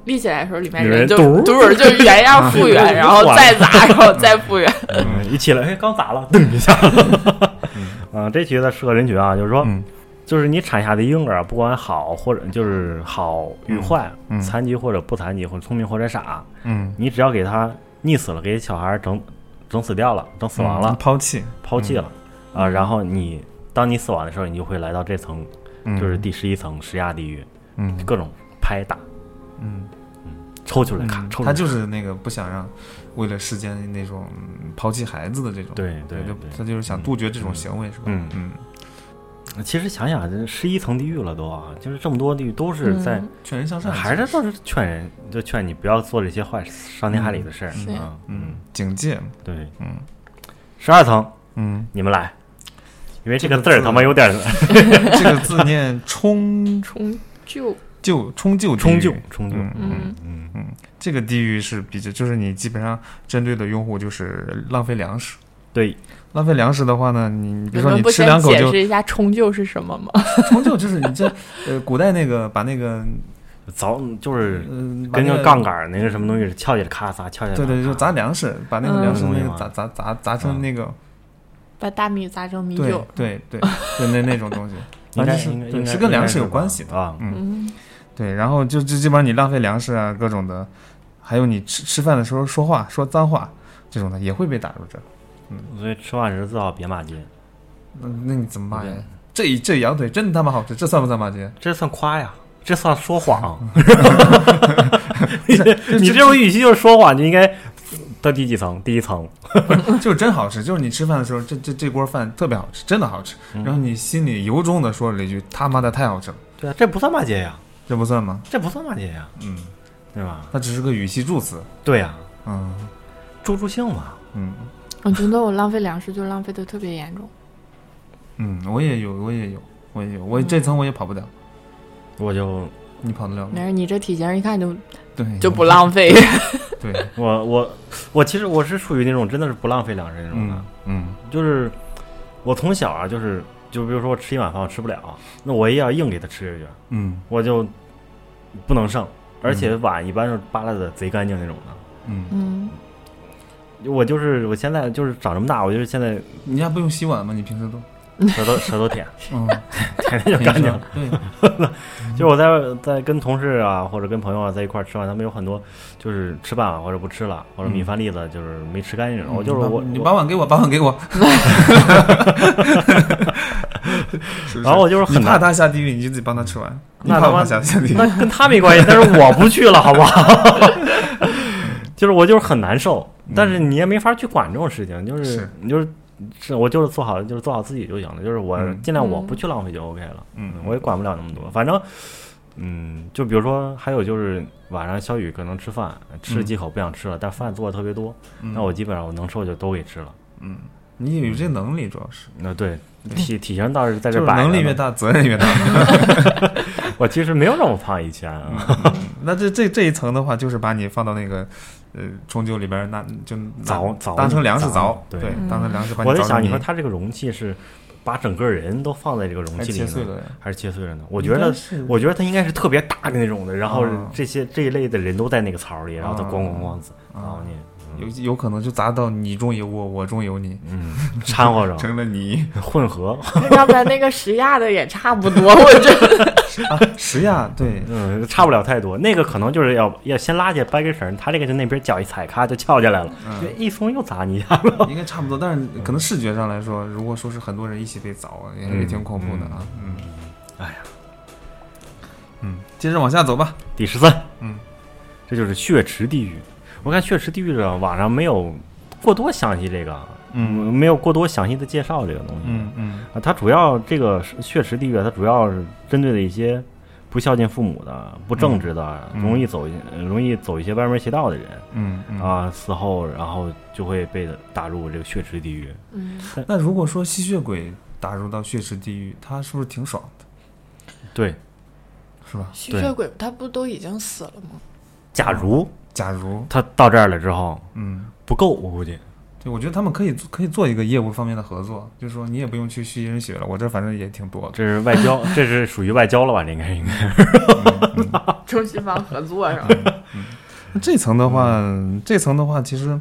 C: 立起来的时候，里面人就
A: 里面
C: 嘟儿就原样复
B: 啊
C: 原，然后再砸，然后再复原。
A: 一起来，哎，刚砸了，噔一下。 嗯，这期的适合人群啊，就是说，
B: 嗯
A: 就是你产下的婴儿啊，不管好或者就是好与坏，
B: 嗯嗯
A: 残疾或者不残疾，或者聪明或者傻，
B: 嗯，
A: 你只要给他溺死了，给小孩整整死掉了，整死亡了，
B: 抛弃，
A: 抛弃了啊，然后你当你死亡的时候，你就会来到这层，
B: 嗯
A: 就是第十一层十压地狱，
B: 嗯
A: 各种拍打、
B: 嗯，
A: 抽出来，
B: 嗯
A: 咔，抽出来，
B: 他就是那个不想让为了世间那种嗯抛弃孩子的这种，
A: 对对
B: 就
A: 对
B: 他就是想杜绝这种行为，是吧？
A: 嗯
B: 嗯，
A: 其实想想，这十一层地狱了都啊，就是这么多地狱都是在，
B: 劝人向善，
A: 还是倒是劝人，就劝你不要做这些坏事伤天害理的事儿
C: 嗯是
A: 啊。
B: 嗯，警戒，
A: 对，
B: 嗯
A: 十二层
B: 嗯，
A: 你们来，因为这
B: 这
A: 个
B: 个
A: 字儿
B: 字
A: 他妈有点
B: 这个字 念冲
C: 重就
B: 就 冲就地
A: 冲
B: 狱
A: 就冲就，
B: 嗯
C: 嗯
A: 嗯
B: 这个地狱是比较，就是你基本上针对的用户就是浪费粮食。
A: 对，
B: 浪费粮食的话呢，你你比
C: 你
B: 如说
C: 们
B: 你
C: 不
B: 吃
C: 先
B: 两口
C: 解
B: 就
C: 释一下冲臼是什么吗？
B: 冲就就是你这呃古代那个把那个
A: 凿就是
B: 嗯、把
A: 跟
B: 那
A: 个杠杆儿那个什么东西翘起来咔砸，翘起来
B: 对对，
A: 咔
B: 就砸粮食，把那个粮食
A: 嗯
B: 那个砸砸砸砸成那个，
C: 把大米砸成米
B: 对
C: 酒。
B: 对 对，就那那种东西，
A: 应
B: 反
A: 该
B: 正是
A: 应该
B: 对
A: 应该
B: 是跟粮食
A: 应该
B: 有
A: 吧
B: 关系的
A: 啊。
B: 嗯
C: 嗯，
B: 对，然后就就基本上你浪费粮食啊，各种的，还有你吃吃饭的时候说话说脏话这种的也会被打入这，
A: 所以吃饭时最好别骂街，
B: 那那你怎么骂呀
A: 对？
B: 这这羊腿真他妈好吃，这算不算骂 街？
A: 这算夸呀。这算说谎，啊
B: 就
A: 你这种语气就是说谎，你应该到第几层？第一层，
B: 就是真好吃，就是你吃饭的时候，这这这锅饭特别好吃，真的好吃。
A: 嗯
B: 然后你心里由衷的说了一句“他妈的太好吃了
A: 对啊，这不算骂街呀，”，
B: 这不算吗？
A: 这不算骂街呀，
B: 嗯，
A: 对吧？
B: 它只是个语气助词。
A: 对呀、
B: 嗯
A: 助助兴嘛。
B: 嗯
C: 我觉得我浪费粮食就浪费的特别严重。
B: 嗯，我也有，我也有，我也有，
C: 嗯
B: 我这层我也跑不掉，
A: 我就
B: 你跑得了吗
C: 没？事，你这体型一看就
B: 嗯对，
C: 就不 浪费。
B: 对，
A: 我我我其实我是属于那种真的是不浪费粮食那种的，
B: 嗯嗯
A: 就是我从小啊就是就比如说我吃一碗饭我吃不了，那我也要硬给他吃下去，
B: 嗯
A: 我就不能剩，而且碗一般是扒拉的贼干净那种的。
B: 嗯，
C: 嗯，
A: 我就是我现在就是长这么大，我就是现在
B: 你家不用洗碗吗？你平时都
A: 舌头舌头舔
B: 嗯，
A: 舔的就
B: 平
A: 干
B: 时
A: 净了。
B: 对，
A: 就是我在在跟同事啊或者跟朋友啊在一块儿吃饭，他们有很多就是吃饭啊或者不吃了，或者米饭粒子就是没吃干净那 种。我就是我
B: 嗯你
A: 我
B: 把碗给我，把碗给我。
A: 然后我 就是很
B: 你
A: 难
B: 怕他下地狱，你就得帮他吃完。你
A: 那
B: 怕
A: 他
B: 我
A: 妈
B: 下下地狱？
A: 那跟他没关系，但是我不去了，好不好？ 就是我就是很难受，但是你也没法去管这种事情，就是
B: 嗯是
A: 你就是是我就是做好就是做好自己就行了，就是我
B: 嗯
A: 尽量我不去浪费就 OK 了，
B: 嗯
A: 我也管不了那么多，反正。嗯，就比如说，还有就是晚上小雨可能吃饭，吃了几口不想吃了，但饭做的特别多，
B: 嗯
A: 那我基本上我能吃我就都给吃了，
B: 嗯你有这能力，主要是
A: 那对体体型倒是在
B: 嗯就
A: 这
B: 是
A: 摆着
B: 能力
A: 呢
B: 越，大，责任越大。
A: 我其实没有那么胖以前啊，
B: 那这这这一层的话，就是把你放到那个呃终究里边儿，那就拿
A: 凿凿
B: 当成粮食
A: 凿
B: 凿，
A: 对
B: 当成粮食把
A: 我在
B: 凿成
A: 想，你
B: 泥
A: 说它这个容器是把整个人都放在这个容
B: 还
A: 器里
B: 切碎
A: 呢，
B: 了呀。
A: 还是切碎了呢？我
B: 应
A: 觉
B: 该
A: 得
B: 是
A: 我觉得它应该是特别大的那种的，然后
B: 啊
A: 这些这一类的人都在那个槽里，然后它咣咣咣，然后
B: 啊，
A: 你
B: 有有可能就砸到你中有我，我中有你，
A: 嗯掺和着
B: 成了泥。
A: 混合，
C: 要不然那个石亚的也差不多，我觉得
B: 啊， 石亚对，
A: 嗯，差不了太多。那个可能就是要要先拉起来掰根绳，它这个就那边脚一踩，咔就翘起来了，
B: 嗯，
A: 一松又砸你一下。
B: 应该差不多。但是可能视觉上来说，如果说是很多人一起被凿，也也挺恐怖的啊。嗯，
A: 哎呀，
B: 嗯，接着往下走吧。
A: 第十三，
B: 嗯，
A: 这就是血池地狱。我看血池地狱的网上没有过多详细这个，
B: 嗯，
A: 没有过多详细的介绍这个东西。
B: 嗯嗯
A: 啊，它主要这个血池地狱啊，它主要是针对的一些不孝敬父母的、不正直的、
B: 嗯
A: 容易走一呃容易走一些歪门邪道的人、
B: 嗯嗯。
A: 啊，死后然后就会被打入这个血池地狱。
C: 嗯
B: 那如果说吸血鬼打入到血池地狱，他是不是挺爽的？
A: 对，
B: 是吧？
D: 吸
A: 对
D: 血鬼他不都已经死了吗？
A: 假如
B: 假如，
A: 他到这儿了之后
B: 嗯，
A: 不够，我估计
B: 对，我觉得他们可以做可以做一个业务方面的合作，就是说你也不用去吸人血了，我这反正也挺多的。
A: 这是外交，这是属于外交了吧？这应该应该。
C: 中西方合作是吧？
B: 那这层的话，
A: 嗯
B: 这层的话，其实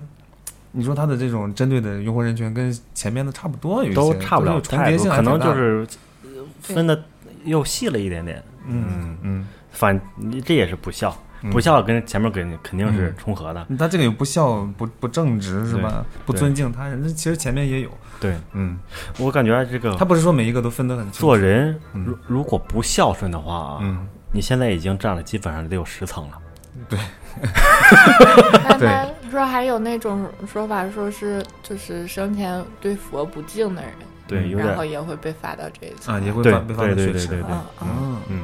B: 你说他的这种针对的用户人群跟前面的差不多，有一些
A: 都差不
B: 都
A: 了
B: 有重
A: 太
B: 叠
A: 多，
B: 性还啊
A: 可
B: 挺大
A: 能就
B: 的，
A: 是
D: 对
A: 分的又细了一点点。
B: 嗯嗯
A: 反这也是不孝，
B: 嗯
A: 不孝跟前面肯肯定是重合的。
B: 嗯，他这个有不孝、不不正直是吧？不
A: 对
B: 尊敬他人，这其实前面也有。
A: 对
B: 嗯，
A: 我感觉这个
B: 他不是说每一个都分得很清楚。
A: 做人
B: 嗯
A: 如如果不孝顺的话啊，
B: 嗯，
A: 你现在已经占了基本上得有十层了。
D: 他
B: 对
D: 他说还有那种说法，说是就是生前对佛不敬的人，
A: 对，
B: 嗯
A: 有
D: 然后
A: 点
D: 也会被罚到这一层
B: 啊，也会
A: 对
B: 发被发
A: 对
B: 到
A: 对
B: 血
A: 对
B: 池。
A: 对对，
D: 嗯嗯，
B: 嗯，
A: 嗯。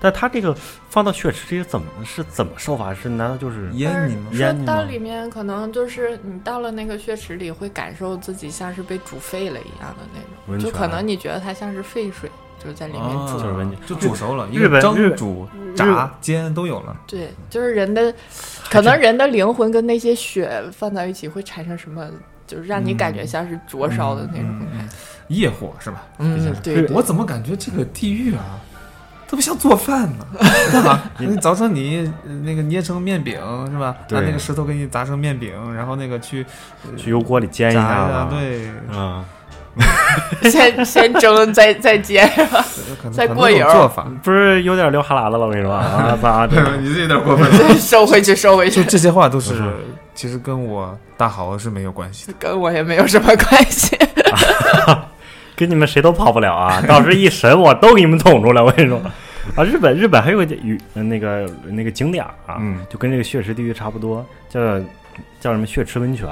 A: 但他这个放到血池里怎么是怎么受法？是难道就是
B: 烟你呢？
A: 烟
D: 说
A: 呢
D: 到里面可能就是你到了那个血池里，会感受自己像是被煮沸了一样的那
A: 温
D: 种，就
A: 泉
D: 可能你觉得它像是沸水，就在
C: 嗯
D: 里面
B: 啊
D: 煮。
A: 就是温泉
B: 就煮熟了，
A: 日本日
B: 蒸、
A: 本
B: 煮、炸、煎都有了。
D: 对，就是人的，可能人的灵魂跟那些血放到一起会产生什么，就是让你感觉像是灼烧的那种
B: 嗯嗯
D: 感觉。
B: 夜火是吧？
D: 嗯，对对
B: 我怎么感觉这个地狱啊，特别像做饭呢？干嘛？ 你早上你呃那个捏成面饼是吧？拿
A: 对
B: 那个石头给你砸成面饼，然后那个去
A: 去油锅里煎
B: 炸
A: 一下
B: 呀
A: 吗？，
B: 对，
A: 嗯，
C: 先先蒸，再再 煎。
B: 可能
C: 再
B: 很
C: 过
B: 多种
C: 油
B: 做法。
A: 不是有点流哈喇子 了？我跟你说啊，咋这
B: 你这有点过分了。
C: 收回去，收回
B: 就
C: 去，
B: 这些话都是，其实跟我大豪是没有关系的。
C: 跟我也没有什么关系。
A: 跟你们谁都跑不了啊！到时候一审我都给你们捅出来，我跟你说。啊，日本日本还有个与呃那个那个景点儿啊，
B: 嗯
A: 就跟这个血池地狱差不多，叫叫什么血池温泉。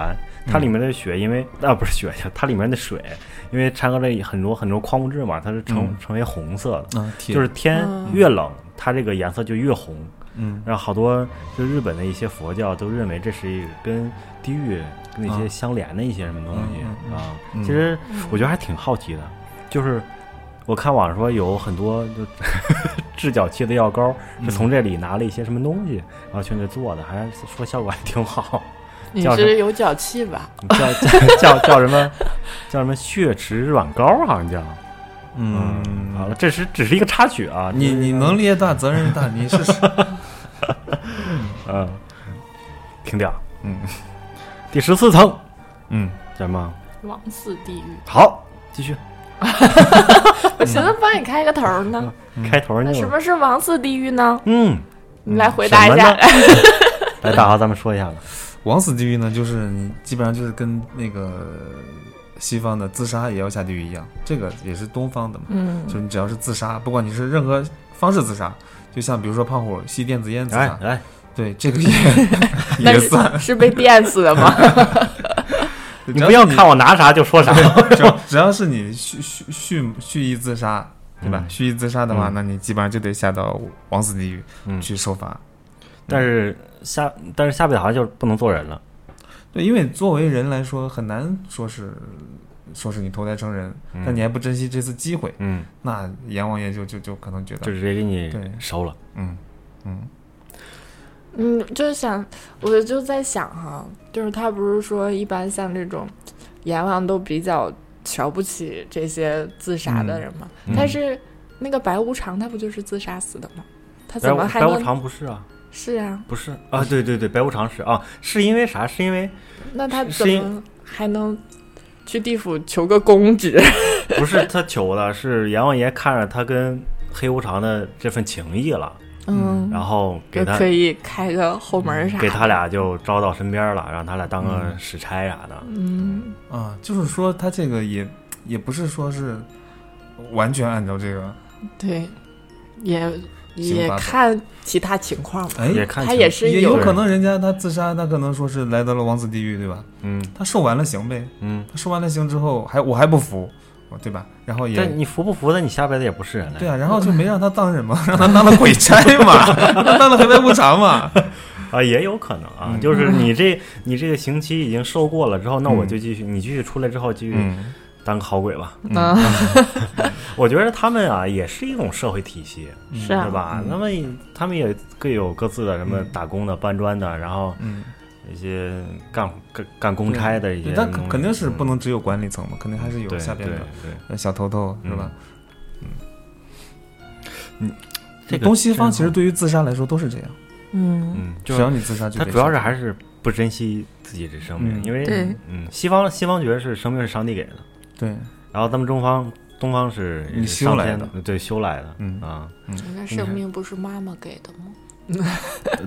A: 它里面的血，因为啊不是血，它里面的水，因为掺和着很多很多矿物质嘛，它是成、
B: 嗯
A: 成为红色的，
B: 啊，铁
A: 就是天
D: 嗯
A: 越冷，它这个颜色就越红。
B: 嗯
A: 然后好多就日本的一些佛教都认为这是一个跟地狱跟那些相连的一些什么东西
B: 啊嗯嗯
A: 啊
B: 嗯。
A: 其实我觉得还挺好奇的，就是我看网上说有很多就 治脚气的药膏是从这里拿了一些什么东西，然后去那做的，还说效果还挺好，
D: 你
A: 叫什么
D: 是有脚气吧？
A: 叫叫叫叫什么叫什么血池软膏，好像叫。
B: 嗯，
A: 好了，这是只是一个插曲啊。
B: 你
A: 就是
B: 你能力越大，责任越大，你试试。
A: 嗯，挺屌。
B: 嗯
A: 第十四层
B: 嗯，
A: 叫什么？
D: 枉死地狱，
A: 好，继续。
D: 我寻思帮你开个头呢。
A: 开头
D: 那
B: 嗯
A: 呢？
D: 什么是枉死地狱呢？
A: 嗯，
D: 你来回答一
A: 什么
D: 下
A: 呢。来大豪，咱们说一 下吧。
B: 枉死地狱呢，就是你基本上就是跟那个西方的自杀也要下地狱一样，这个也是东方的嘛，
D: 嗯
B: 就是你只要是自杀，不管你是任何方式自杀，就像比如说胖虎吸电子烟自
A: 来
B: 杀，
A: 哎来，
B: 对， 这个也
C: 那
B: 也
C: 是
B: 算。
C: 是被电死的吗？
A: 你不要看我拿啥就 说啥。
B: 只要只要是你蓄蓄蓄蓄意自杀，对吧？
A: 嗯
B: 蓄意自杀的话，
A: 嗯
B: 那你基本上就得下到枉死地狱
A: 嗯
B: 去受罚。
A: 但是下，但是下辈子好像就是不能做人了。
B: 对，因为作为人来说，很难说是说是你投胎成人，
A: 嗯
B: 但你还不珍惜这次机会，
A: 嗯，
B: 那阎王爷就就就可能觉得，
A: 就直接给
B: 对
A: 你收了。
B: 嗯嗯
D: 嗯，就是想，我就在想哈、就是他 不是说一般像这种阎王都比较瞧不起这些自杀的人嘛，
A: 嗯
D: 但
A: 嗯
D: 是那个白无常他不就是自杀死的吗？他
A: 白
D: 怎
A: 无
D: 么还
A: 白无
D: 能
A: 常不是啊？
D: 是啊？
A: 不是啊？对对对，白无常是啊，是因为啥？是因为
D: 那他
A: 是
D: 怎
A: 因
D: 么还能去地府求个公职？
A: 不是他求的，是阎王爷看着他跟黑无常的这份情谊了，
D: 嗯，
A: 然后给
D: 就
A: 他嗯
D: 可以开个后门啥的。
A: 给他俩就招到身边了，让他俩当个使差啥的。
D: 嗯
B: 啊，就是说他这个也也不是说是完全按照这个，
D: 对，也
B: 刑
D: 也
B: 法走
D: 看其他情况吧。
B: 哎，
A: 也看
D: 他
A: 情
D: 也是
B: 也
D: 有
B: 有可能人家他自杀，他可能说是来到了王子地狱，对吧？
A: 嗯
B: 他受完了刑呗，
A: 嗯，
B: 他受完了刑之后还我还不服，我对吧？然后也
A: 但你服不服的，你下辈子也不是人了。
B: 对啊，然后就没让他当人嘛， 让他当了鬼差嘛，让他当了黑白无常嘛。
A: 啊，也有可能啊，
B: 嗯
A: 就是你这你这个刑期已经受过了之后，那我就继续，你继续出来之后继续
B: 嗯
A: 当个好鬼吧。
D: 啊，
A: 我觉得他们啊也是一种社会体系，
D: 是
A: 对
D: 啊，
A: 吧？
B: 嗯
A: 那么他们也各有各自的什么打工的、搬砖的，然后
B: 嗯，
A: 一些干干干公差的一些
B: 对
A: 农民，
B: 但肯肯定是不
A: 嗯
B: 能只有管理层嘛，肯定还是有
A: 对
B: 下边
A: 对
B: 的
A: 对，嗯
B: 呃小头头是吧？
A: 这个
B: 东西方其实
A: 真好
B: 对于自杀来说都是这样，
D: 嗯，
A: 嗯，就
B: 只要你自杀就
A: 他
B: 得
A: 主要是
B: 下
A: 还是不珍惜自己这生命，
B: 嗯
A: 因为
D: 对
A: 嗯，西方西方觉得是生命是上帝给的，
B: 对，
A: 然后咱们中方东方是
B: 你
A: 是
B: 修
A: 上
B: 来
A: 天
B: 的
A: 的，对修来的，
B: 嗯
A: 啊，
D: 那
B: 生
D: 生
B: 命
D: 命不是妈妈给的吗？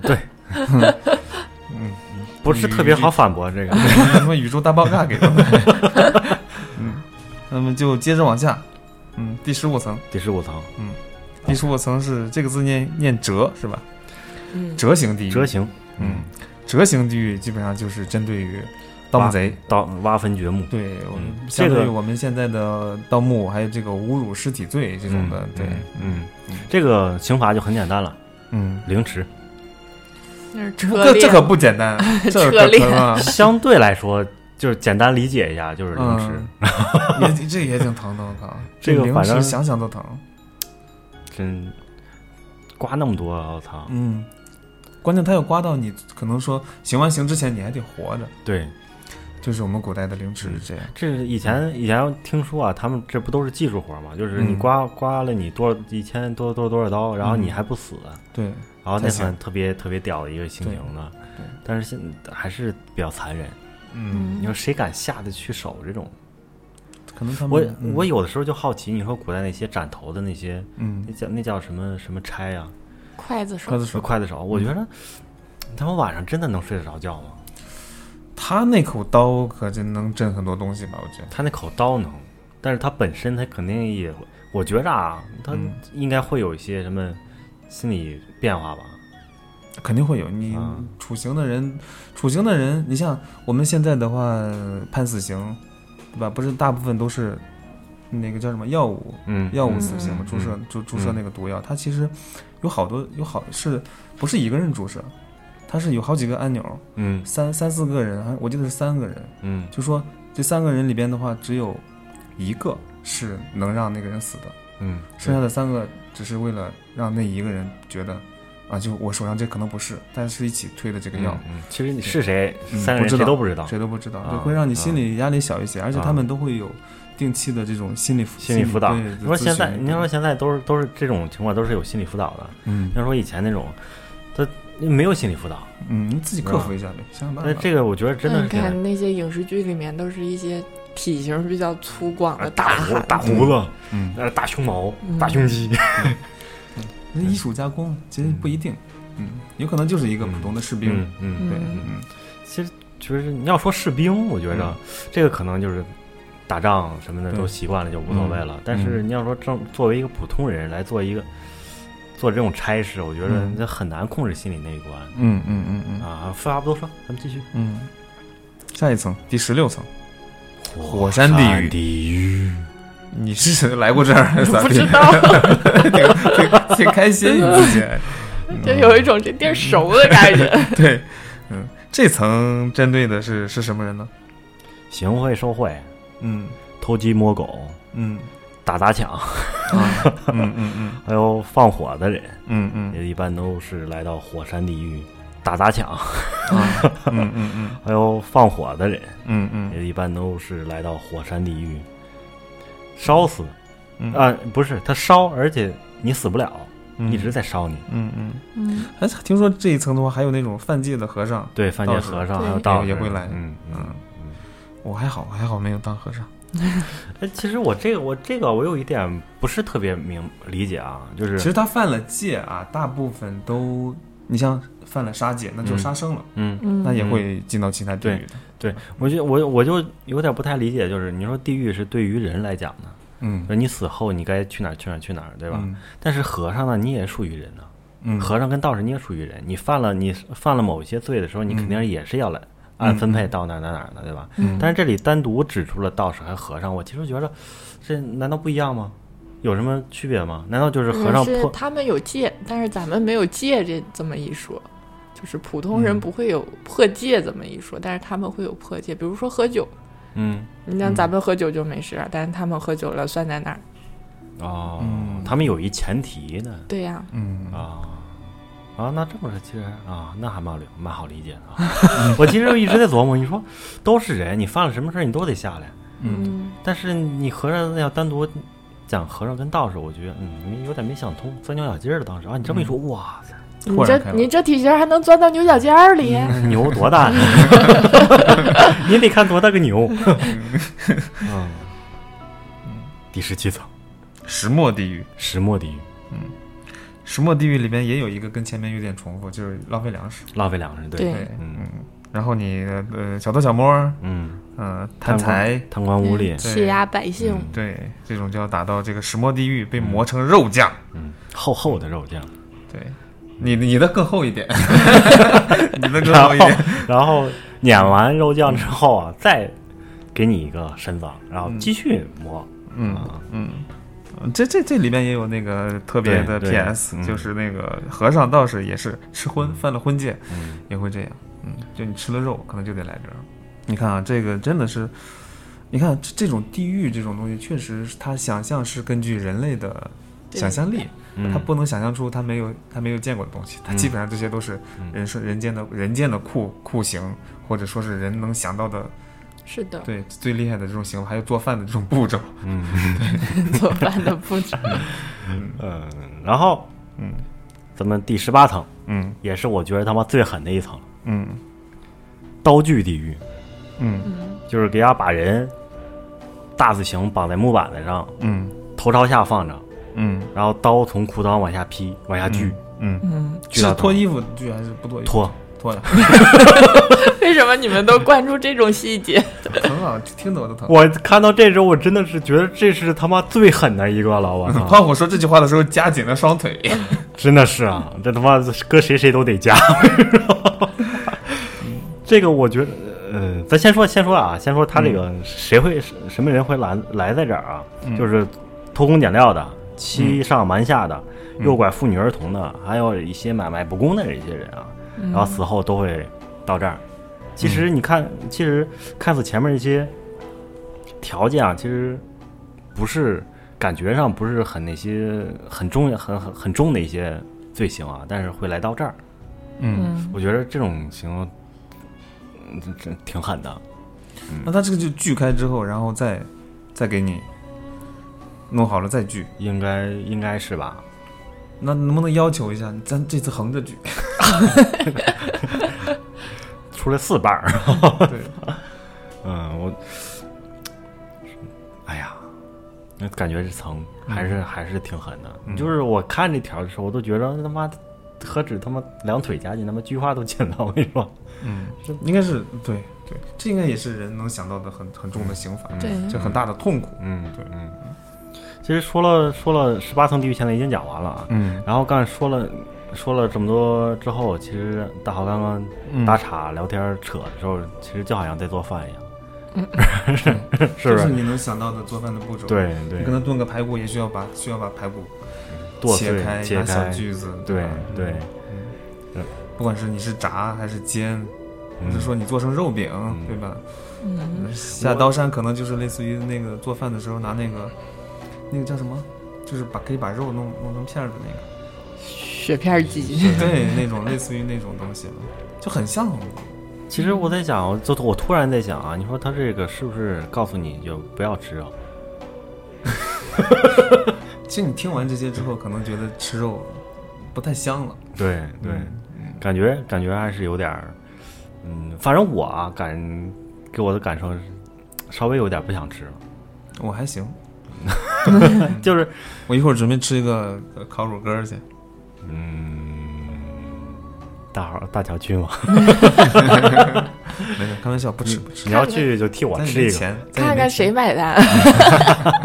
A: 对，
B: 嗯，
A: 不是特别好反驳啊这个，
B: 什么宇宙大爆炸给他们。 嗯，那么就接着往下，嗯，第十五层，
A: 第十五层
B: 第十五层是这个字念念折是吧？
D: 嗯，
B: 折形地狱，
A: 折形，
B: 嗯，折形地狱基本上就是针对于盗墓贼，
A: 到挖坟掘墓，
B: 对，我们
A: 嗯
B: 相
A: 这
B: 对于
A: 个
B: 我们现在的盗墓，还有这个侮辱尸体罪这种的
A: 嗯，
B: 对，
A: 嗯，
B: 嗯
A: 嗯这个刑罚就很简单了，
B: 嗯，
A: 凌迟。
D: 那是
B: 这
D: 车
B: 这可不简 单，这
D: 车
B: 可
D: 裂
B: 可啊，
A: 相对来说，就是简单理解一下，就是凌迟，
B: 嗯， 也这也挺疼的，我靠，
A: 这个
B: 零
A: 反
B: 食
A: 正
B: 想想都疼，
A: 真刮那么多，啊我操！
B: 嗯。关键他要刮到你，可能说行完刑之前你还得活着，
A: 对，
B: 就是我们古代的凌迟是这样。
A: 这是以嗯前以前听说啊，他们这不都是技术活嘛，就是你
B: 嗯
A: 刮、刮了你多少一千多多多少刀，然后你
B: 嗯
A: 还不死，啊
B: 对，
A: 然哦后那
B: 才行
A: 算特别特别屌的一个行刑的
B: 对对，
A: 但是现还是比较残忍。
B: 嗯，
A: 你说谁敢下得去手这种？
B: 可能他们
A: 我
B: 嗯
A: 我有的时候就好奇，你说古代那些斩头的那些，
B: 嗯
A: 那叫那叫什么什么差呀、
D: 筷子手
B: 刽子手，
A: 筷子手，我觉得他们晚上真的能睡得着觉吗？
B: 他那口刀可真能震很多东西吧？我觉得，
A: 他那口刀能，但是他本身他肯定也，我觉着啊，他
B: 嗯
A: 应该会有一些什么心理变化吧。
B: 肯定会有你
A: 啊
B: 处刑的人，处刑的人，你像我们现在的话，判死刑，对吧？不是大部分都是那个叫什么药物，
A: 嗯
B: 药物死刑嘛，
D: 嗯
B: 注射注注射那个毒药，它其实有好多有好是不是一个人注射，它是有好几个按钮，
A: 嗯
B: 三三四个人，好像我记得是三个人，
A: 嗯
B: 就说这三个人里边的话，只有一个是能让那个人死的，
A: 嗯，
B: 剩下的三个只是为了让那一个人觉得啊，就我手上这可能不是，但是一起推的这个
A: 嗯
B: 药，
A: 嗯其实你是谁，
B: 嗯
A: 三个
B: 不
A: 人
B: 知道
A: 谁都不知道，
B: 谁都不知道，
A: 啊
B: 就会让你心理压力小一些，而且他们都会有定期的这种心理
A: 心理辅导。
B: 对
A: 你说现在，你说，现在都是都是这种情况，都是有心理辅导的。
B: 嗯
A: 要说以前那种，他没有心理辅导，
B: 嗯，你自己克服一下呗，想想办
A: 那
B: 法。
A: 这个我觉得真的是
C: 嗯
D: 那你
A: 挺难
D: 看那些影视剧里面都是一些体型比较粗犷的
A: 大胡
D: 汉
A: 大胡子，
B: 嗯，
A: 呃大胸毛
D: 嗯，
A: 大胸肌，
B: 那艺术加工其实不一定，嗯，有可能就是一个普通的士兵，
A: 嗯嗯。
B: 对，
D: 嗯
B: 嗯
A: 其实就是你要说士兵，我觉着
B: 嗯
A: 这个可能就是打仗什么的
B: 对嗯
A: 都习惯了，就无所谓了。但是你要说正作为一个普通人来做一个做这种差事，我觉得
B: 嗯
A: 这很难控制心里那一关、
B: 嗯嗯嗯嗯
A: 啊。废话不多说，咱们继续。
B: 嗯，下一层，第十六层，火山地狱
A: 地狱，
B: 你是来过这儿咋
D: 不
B: 地？
D: 知道，
B: 挺挺挺开心，你自己。
D: 就
B: 嗯
D: 有一种这地儿熟的感 觉。
B: 对，嗯，这层针对的是是什么人呢？
A: 行贿受贿，
B: 嗯，
A: 偷鸡摸狗、
B: 嗯
A: 打砸抢，
B: 嗯嗯嗯
A: 还有放火的人，
B: 嗯嗯
A: 也一般都是来到火山地狱打砸抢，
B: 嗯嗯
A: 还有放火的人，
B: 嗯嗯
A: 也一般都是来到火山地狱烧死
B: 嗯
A: 啊，不是他烧，而且你死不了，
B: 嗯
A: 一直在烧你。
B: 嗯嗯。
D: 嗯，
B: 哎，听说这一层的话，还有那种犯戒的和尚。
A: 对，番
B: 道
A: 茄
B: 士
A: 和尚
D: 对
A: 还有道
B: 也
A: 士
B: 会来
A: 嗯嗯。
B: 嗯，我还好，还好没有当和尚。
A: 哎，其实我这个我这个我有一点不是特别明理解啊，就
B: 其
A: 是
B: 实他犯了戒啊，大部分都，你像犯了杀戒，那就杀生了，
A: 嗯，
B: 那
D: 嗯
B: 也会进到其他地狱的。
A: 对我就我我就有点不太理解，就是你说地狱是对于人来讲呢，
B: 嗯，
A: 那你死后你该去哪儿去哪儿去哪儿，对
B: 对
A: 吧？？但是和尚呢，你也属于人啊，
B: 嗯，
A: 和尚跟道士你也属于人，你犯了你犯了某一些罪的时候，你肯定也是要来
B: 嗯
A: 按分配到哪儿哪儿哪儿的，对吧？
B: 嗯
A: 但是这里单独指出了道士和和尚，我其实觉得这难道不一样吗？有什么区别吗？难道就是和尚
D: 嗯是
A: 破
D: 他们有戒，但是咱们没有戒这这么一说。就是普通人
B: 嗯
D: 不会有破戒这么一说，但是他们会有破戒，比如说喝酒，
A: 嗯
D: 你像咱们喝酒就没事儿，啊但是他们喝酒了算在哪儿？
A: 哦，
B: 嗯
A: 他们有一前提呢
D: 对呀、
B: 嗯
A: 啊、啊，那这么说其实啊，那还蛮好理蛮好理解的啊。 我其实一直在琢磨，你说都是人，你犯了什么事儿你都得下来，
B: 嗯
D: 嗯，
A: 但是你和尚要单独讲和尚跟道士，我觉得嗯有点没想通，钻牛角尖儿了。当时啊，你这么一说，哇塞，
D: 你
B: 豁然开
D: 这
B: 朗
D: 你这体型还能钻到牛角尖儿里？
A: 牛多大呀？你得看多大个牛。嗯，第十七层
B: 石磨地狱，
A: 石磨地狱，
B: 石磨地狱里边也有一个跟前面有点重复，就是浪费粮食。
A: 浪费粮食，
D: 对
B: 对，
A: 嗯
B: 嗯。然后你呃小偷小摸，
A: 嗯，
B: 嗯，贪财，
A: 贪官污
C: 嗯
A: 吏，
D: 欺压百姓，
A: 嗯
B: 对，这种就要打到这个石磨地狱，被磨成肉酱。
A: 嗯，厚厚的肉酱。
B: 对，你你的更厚一 点， 你的更
A: 然
B: 厚
A: 后
B: 一点。
A: 嗯然后碾完肉酱之后啊，再给你一个身子，然后继续磨。
B: 嗯嗯，这这这里面也有那个特别的
A: 对对
B: PS，
A: 嗯
B: 就是那个和尚道士也是吃荤，犯了荤戒
A: 嗯
B: 也会这样。嗯，就你吃了肉，可能就得来根儿。你看啊，这个真的是，你看这这种地狱这种东西，确实是它想象是根据人类的
D: 对
B: 想象力，
A: 嗯
B: 他不能想象出他没有他没有见过的东西，他
A: 嗯
B: 基本上这些都是
A: 嗯
B: 人生人间的人间的酷酷刑，或者说是人能想到的
D: 是的，
B: 对最厉害的这种刑法，还有做饭的这种步骤。
A: 嗯
D: 做饭的不止。
A: 嗯，然后
B: 嗯
A: 咱们第十八层
B: 嗯
A: 也是我觉得他妈最狠的一层，
B: 嗯
A: 刀具地狱，
B: 嗯
A: 就是给他把人大字形绑在木板子上，
B: 嗯
A: 头朝下放着，
B: 嗯
A: 然后刀从裤裆往下劈，往下锯，
B: 嗯，
D: 嗯，
A: 锯到
B: 是
A: 头
B: 脱衣服剧还是不脱衣服？
A: 脱。
B: 脱了，
D: 为什么你们都关注这种细节？
B: 疼啊！听得我都疼。
A: 我看到这时候，我真的是觉得这是他妈最狠的一个了，我操！
B: 胖虎说这句话的时候夹紧了双腿。
A: 真的是啊，这他妈搁谁谁都得加。 这个我觉得，呃，咱先说先说啊，先说他这个谁会、什么人会来来在这儿啊？就是偷工减料的、欺上瞒下的、诱拐妇女儿童的，还有一些买卖不公的一些人啊，然后死后都会到这儿。其实你看，其实看似前面一些条件啊，其实不是感觉上不是很那些很重很很很重的一些罪行啊，但是会来到这儿，
B: 嗯，
D: 嗯，
A: 我觉得这种行，嗯，这这挺狠的。
B: 那他这个就锯开之后，然后再再给你弄好了再锯。
A: 应该应该是吧？
B: 那能不能要求一下，咱这次横着锯？
A: 出来四瓣儿，
B: 对，
A: 嗯，我，哎呀，那感觉这层还是、还是挺狠的。就是我看这条的时候，我都觉得他妈的何止他妈两腿夹紧，他妈菊花都紧了。我跟你说，
B: 嗯，应该是对对，这应该也是人能想到的很很重的刑罚，
D: 对
B: 这很大的痛苦。
A: 嗯
B: 对
A: 嗯。其实说了说了十八层地狱，现在已经讲完了啊。
B: 嗯
A: 然后刚才说了说了这么多之后，其实大豪刚刚打岔聊天扯的时候，其实就好像在做饭一样， 是
B: 嗯
A: 不
B: 就是
A: 是？
B: 你能想到的做饭的步骤。，
A: 对
B: 你
A: 对
B: 可，能炖个排骨，也需要把需要把排骨
A: 剁
B: 切
A: 碎
B: 开，
A: 切
B: 拿小啊
A: 开，
B: 锯子。嗯
A: 对
B: 吧
A: 对，
B: 不管是你是炸还是煎，
A: 嗯
B: 或者说你做成肉饼，对吧？
D: 嗯，
B: 下刀山可能就是类似于那个做饭的时候拿那个那个叫什么，就是把可以把肉弄弄成片儿的那个。
D: 雪片鸡，
B: 对，那种类似于那种东西了，就很像红楼
A: 其实我在想，我就我突然在想啊，你说他这个是不是告诉你就不要吃肉？啊
B: 其实你听完这些之后，可能觉得吃肉不太香了。
A: 对对，
B: 嗯
A: 感觉感觉还是有点儿，嗯，反正我啊感给我的感受是稍微有点不想吃了，
B: 我还行，嗯
A: 就是
B: 我一会儿准备吃一个呃烤乳鸽儿去。
A: 大伙儿大乔去嘛，
B: 没有，开玩笑，不吃不吃。
A: 你要去就替我
B: 咱也
A: 吃一
B: 没
A: 个，
B: 钱，咱也
C: 看
B: 没钱
C: 看谁买单。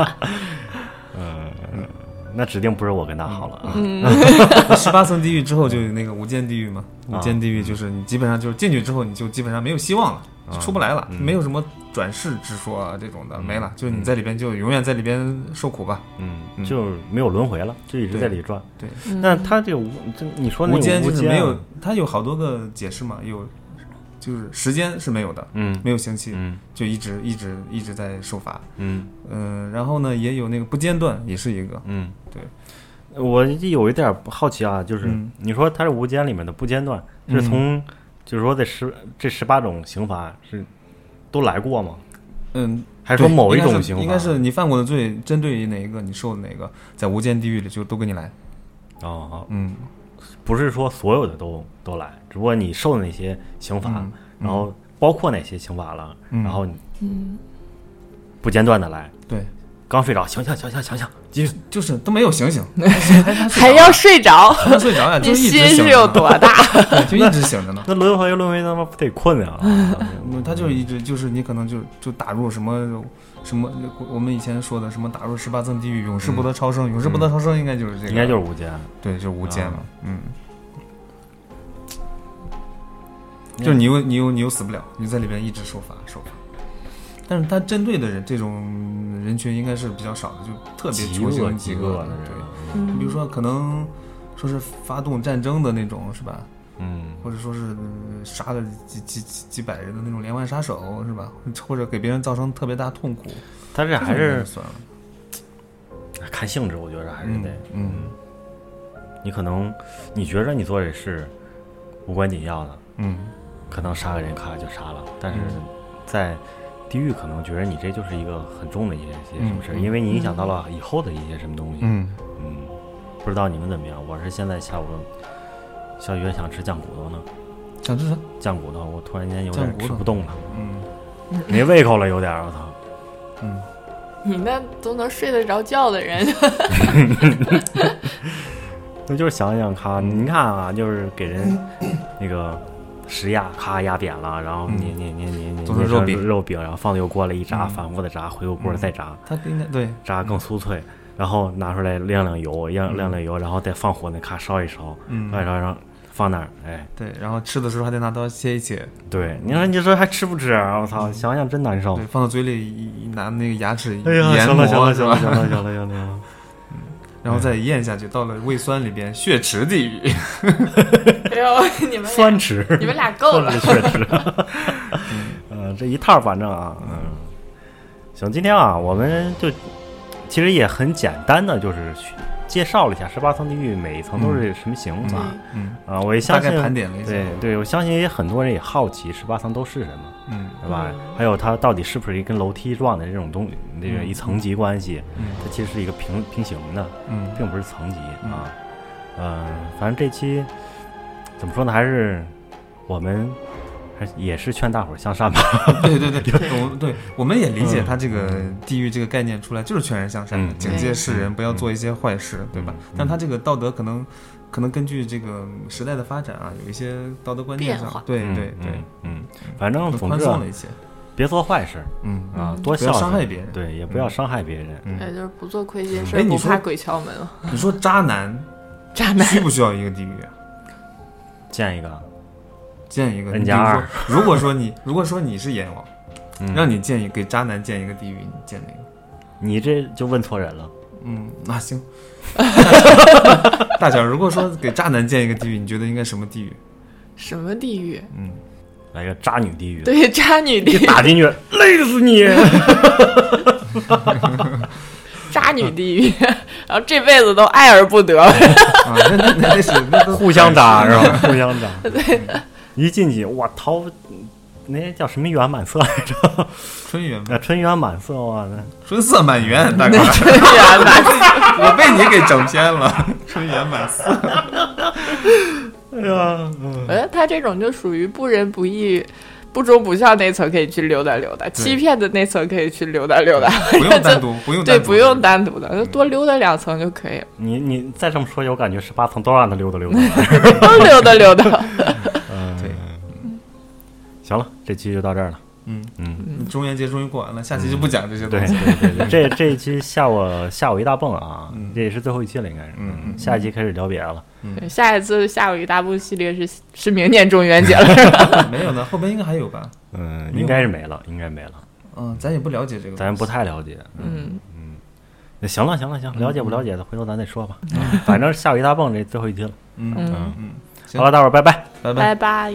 A: 嗯那指定不是我跟他好了
B: 嗯
A: 啊。
B: 十八层地狱之后就有那个无间地狱嘛，
A: 啊
B: 无间地狱就是你基本上就是进去之后你就基本上没有希望了，
A: 啊
B: 就出不来了，
A: 嗯
B: 没有什么转世之说啊这种的没了，就是你在里边就永远在里边受苦吧。
A: 嗯，就没有轮回了，就一直在里转。
B: 对，
A: 那他这个无，这你说那
B: 无
A: 个
B: 间就是
A: 啊
B: 没有，它有好多个解释嘛，有就是时间是没有的，
A: 嗯
B: 没有刑期，
A: 嗯
B: 就一直一直一直在受罚。
A: 嗯
B: 嗯、然后呢，也有那个不间断，也是一个，
A: 嗯，
B: 对。
A: 我有一点儿好奇啊，就是
B: 嗯
A: 你说他是无间里面的不间断，是从就是说这十这十八种刑罚是都来过吗？
B: 嗯，
A: 还是说
B: 对
A: 某一
B: 应该
A: 种
B: 是
A: 刑罚？哦啊
B: 应该是你犯过的罪，针对于哪一个，你受的哪个，在无间地狱里就都给你来。
A: 哦，
B: 嗯，
A: 不是说所有的都都来，只不过你受的那些刑罚，
B: 嗯
A: 然后包括哪些刑罚了，
B: 嗯
A: 然后你不间断的来。
B: 对，
A: 刚睡着，醒醒醒醒醒醒，继续。
B: 就是都没有醒 醒，
C: 还要睡着，
B: 还没睡着呀，嗯就
C: 你
B: 一直
C: 心
B: 醒
C: 是
B: 着
C: 有
B: 呢
C: 多 大？
B: 对就一直醒着呢。
A: 那轮回轮回他妈不得困 啊！
B: 嗯，他就是一直就是你可能就就打入什么什么，我们以前说的什么打入十八层地狱，永世不得超生，永世不得超生应该就是这个，
A: 嗯应该就是无间。
B: 对，就是无间了
A: 啊，
B: 嗯，就是你又你又你又死不了，你在里边一直受罚受罚。但是他针对的人这种人群应该是比较少的，就特别
A: 极
B: 仇
A: 恶
B: 心
A: 极
B: 极恶
A: 恶的
B: 的
A: 人
B: 对，，你比如说可能说是发动战争的那种是吧？
A: 嗯，
B: 或者说是呃杀了几几几几百人的那种连环杀手是吧？或者给别人造成特别大痛苦，
A: 他这还
B: 这种
A: 是
B: 人就算了，
A: 看性质，我觉得还是
B: 嗯
A: 得，
B: 嗯
A: 你可能你觉着你做这事无关紧要的，
B: 嗯
A: 可能杀个人咔就杀了，但是在地狱可能觉得你这就是一个很重的一些一些什么事儿，
B: 嗯
A: 因为你影响到了以后的一些什么东西。
B: 嗯，
A: 嗯不知道你们怎么样，我是现在下午小雨想吃酱骨头呢，
B: 想吃啥？
A: 酱骨头我突然间有
B: 酱
A: 点
B: 骨
A: 吃
B: 头
A: 不动了，
B: 嗯
A: 没胃口了，有点儿我操。
B: 嗯，
C: 你那都能睡得着觉的人，
A: 那就是想想咔，你看啊，就是给人那个石压，咔压扁了，然后
B: 嗯
A: 捏捏捏捏捏
B: 做成
A: 捏
B: 肉
A: 成
B: 饼
A: 肉饼，然后放油锅里一炸，
B: 嗯
A: 反复的炸，回油锅
B: 嗯
A: 再炸，
B: 他应该对，
A: 炸更酥脆，然后拿出来晾晾油，晾晾晾油，然后再放火那咔烧一烧，
B: 嗯
A: 烧一烧，然后放那儿，哎，
B: 对，然后吃的时候还得拿刀切一切，
A: 对，你说你说还吃不吃啊？我
B: 嗯
A: 操，想想真难受
B: 对，。放到嘴里一一拿那个牙齿
A: 哦哎呀，
B: 研
A: 行
B: 磨
A: 了行了
B: 是
A: 行了
B: 吧？
A: 行了行了行了行了，
B: 然后再咽下去，到了胃酸里边，血池地狱，
C: 哎呦，你们俩
A: 酸吃。
C: 你们俩够了。
A: 确 实，呃，这一套儿反正啊，嗯，行，今天啊，我们就其实也很简单的，就是去介绍了一下十八层地狱每一层都是什么刑罚、
B: 嗯，
A: 啊。我也
B: 大
A: 相信
B: 概，盘点了一下，
A: 对对，我相信也很多人也好奇十八层都是什么，
B: 嗯
A: 对吧？还有它到底是不是一根楼梯状的这种东那个一层级关系？
B: 嗯
A: 它其实是一个平平行的，
B: 嗯，
A: 并不是层级啊。嗯、反正这期怎么说呢，还是我们还是也是劝大伙儿向善吧。
B: 对对对，我对我们也理解他这个地狱这个概念出来就是劝人向善的，
A: 嗯
B: 警戒世人不要做一些坏事，对吧？但他这个道德可能可能根据这个时代的发展啊，有一些道德观念
C: 变化
B: 上，对
A: 嗯
B: 对对，，
A: 嗯，嗯反正
B: 更
A: 总
B: 宽
A: 之
B: 松
A: 啊
B: 了一些，
A: 别做坏事
B: 嗯
A: 啊，多
B: 不要
A: 孝
B: 伤
A: 顺
B: 害别人
A: 对，也不要伤害别人。
B: 嗯
C: 哎，就是不做亏心事
B: 哎
C: 儿，
B: 你
C: 不
B: 说
C: 怕鬼敲门了。
B: 你说渣男
C: 渣男，
B: 需不需要一个地狱啊？
A: 见一个，
B: 建一个
A: 人家二
B: 比如说如果说你如果说你是阎王，
A: 嗯
B: 让你建一给渣男建一个地狱，你建哪个？
A: 你这就问错人了。
B: 嗯，那、 行。大乔，如果说给渣男建一个地狱，你觉得应该什么地狱？
C: 什么地狱？
B: 嗯，
A: 来个渣女地狱，
C: 对渣女地
A: 一
C: 狱，
A: 打 进去累死你。
C: 渣女地狱， 然后这辈子都爱而不 得。
B: 啊，那那那那是那都
A: 互相 打是吧？互相打。对，一进去，哇，桃，那叫什么圆满色来着？
B: 春圆
A: 啊，春圆满色，哇，那
B: 春色满园，大哥，
C: 对呀，那
B: 我被你给整偏 了。春园满寺，
A: 哎呀，嗯
C: 我觉得他这种就属于不仁不义。不忠不孝那层可以去溜达溜达，欺骗的那层可以去溜达溜达，
B: 不 用单独，嗯不用单
C: 对，
B: 独
C: 不用单独的，就多溜达两层就可 以了，
A: 你你再这么说，我感觉十八层都让他溜达溜达。
C: 多溜达溜达。
B: 对，
A: 行了，这期就到这儿了。
B: 嗯，
A: 嗯，
B: 你中元节终于过完了，下期就不讲这些东
A: 对
B: 西。
A: 对对对，这这一期吓我吓我一大蹦啊
B: 嗯！
A: 这也是最后一期了，应该是。
B: 嗯嗯
A: 下一期开始聊别的了。
C: 对下一次下午一大步系列是是明年中元节了，
B: 没有呢，后边应该还有吧？
A: 嗯，
B: 明白
A: 应该是没了，应该没了，
B: 嗯，咱也不了解这个东西，
A: 咱不太了解。
C: 嗯，
A: 嗯，那行了行了
B: 嗯
A: 行，了解不了解的，回头咱再说吧。嗯反正吓我一大蹦，这最后一期了。
B: 嗯
C: 嗯
B: 嗯嗯，行
A: 好了，大伙儿拜拜。
B: 拜拜
C: 拜。拜。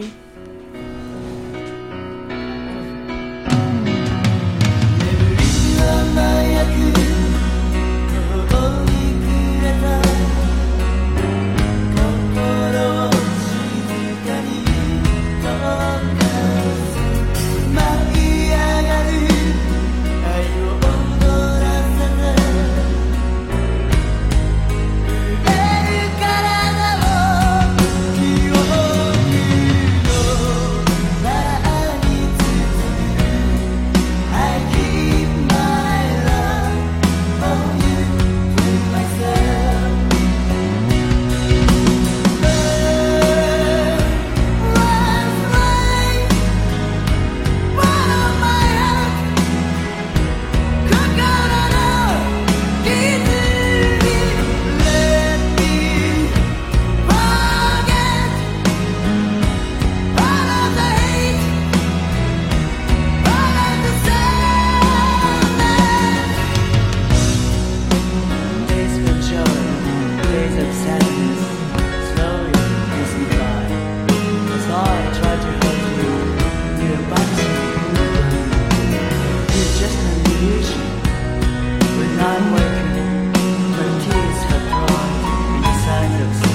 E: Days of joy, days of sadness, slowly passing by. As I tried to help you, you abandoned me. You're just an illusion. When I'm waking, my tears have dried in the sight of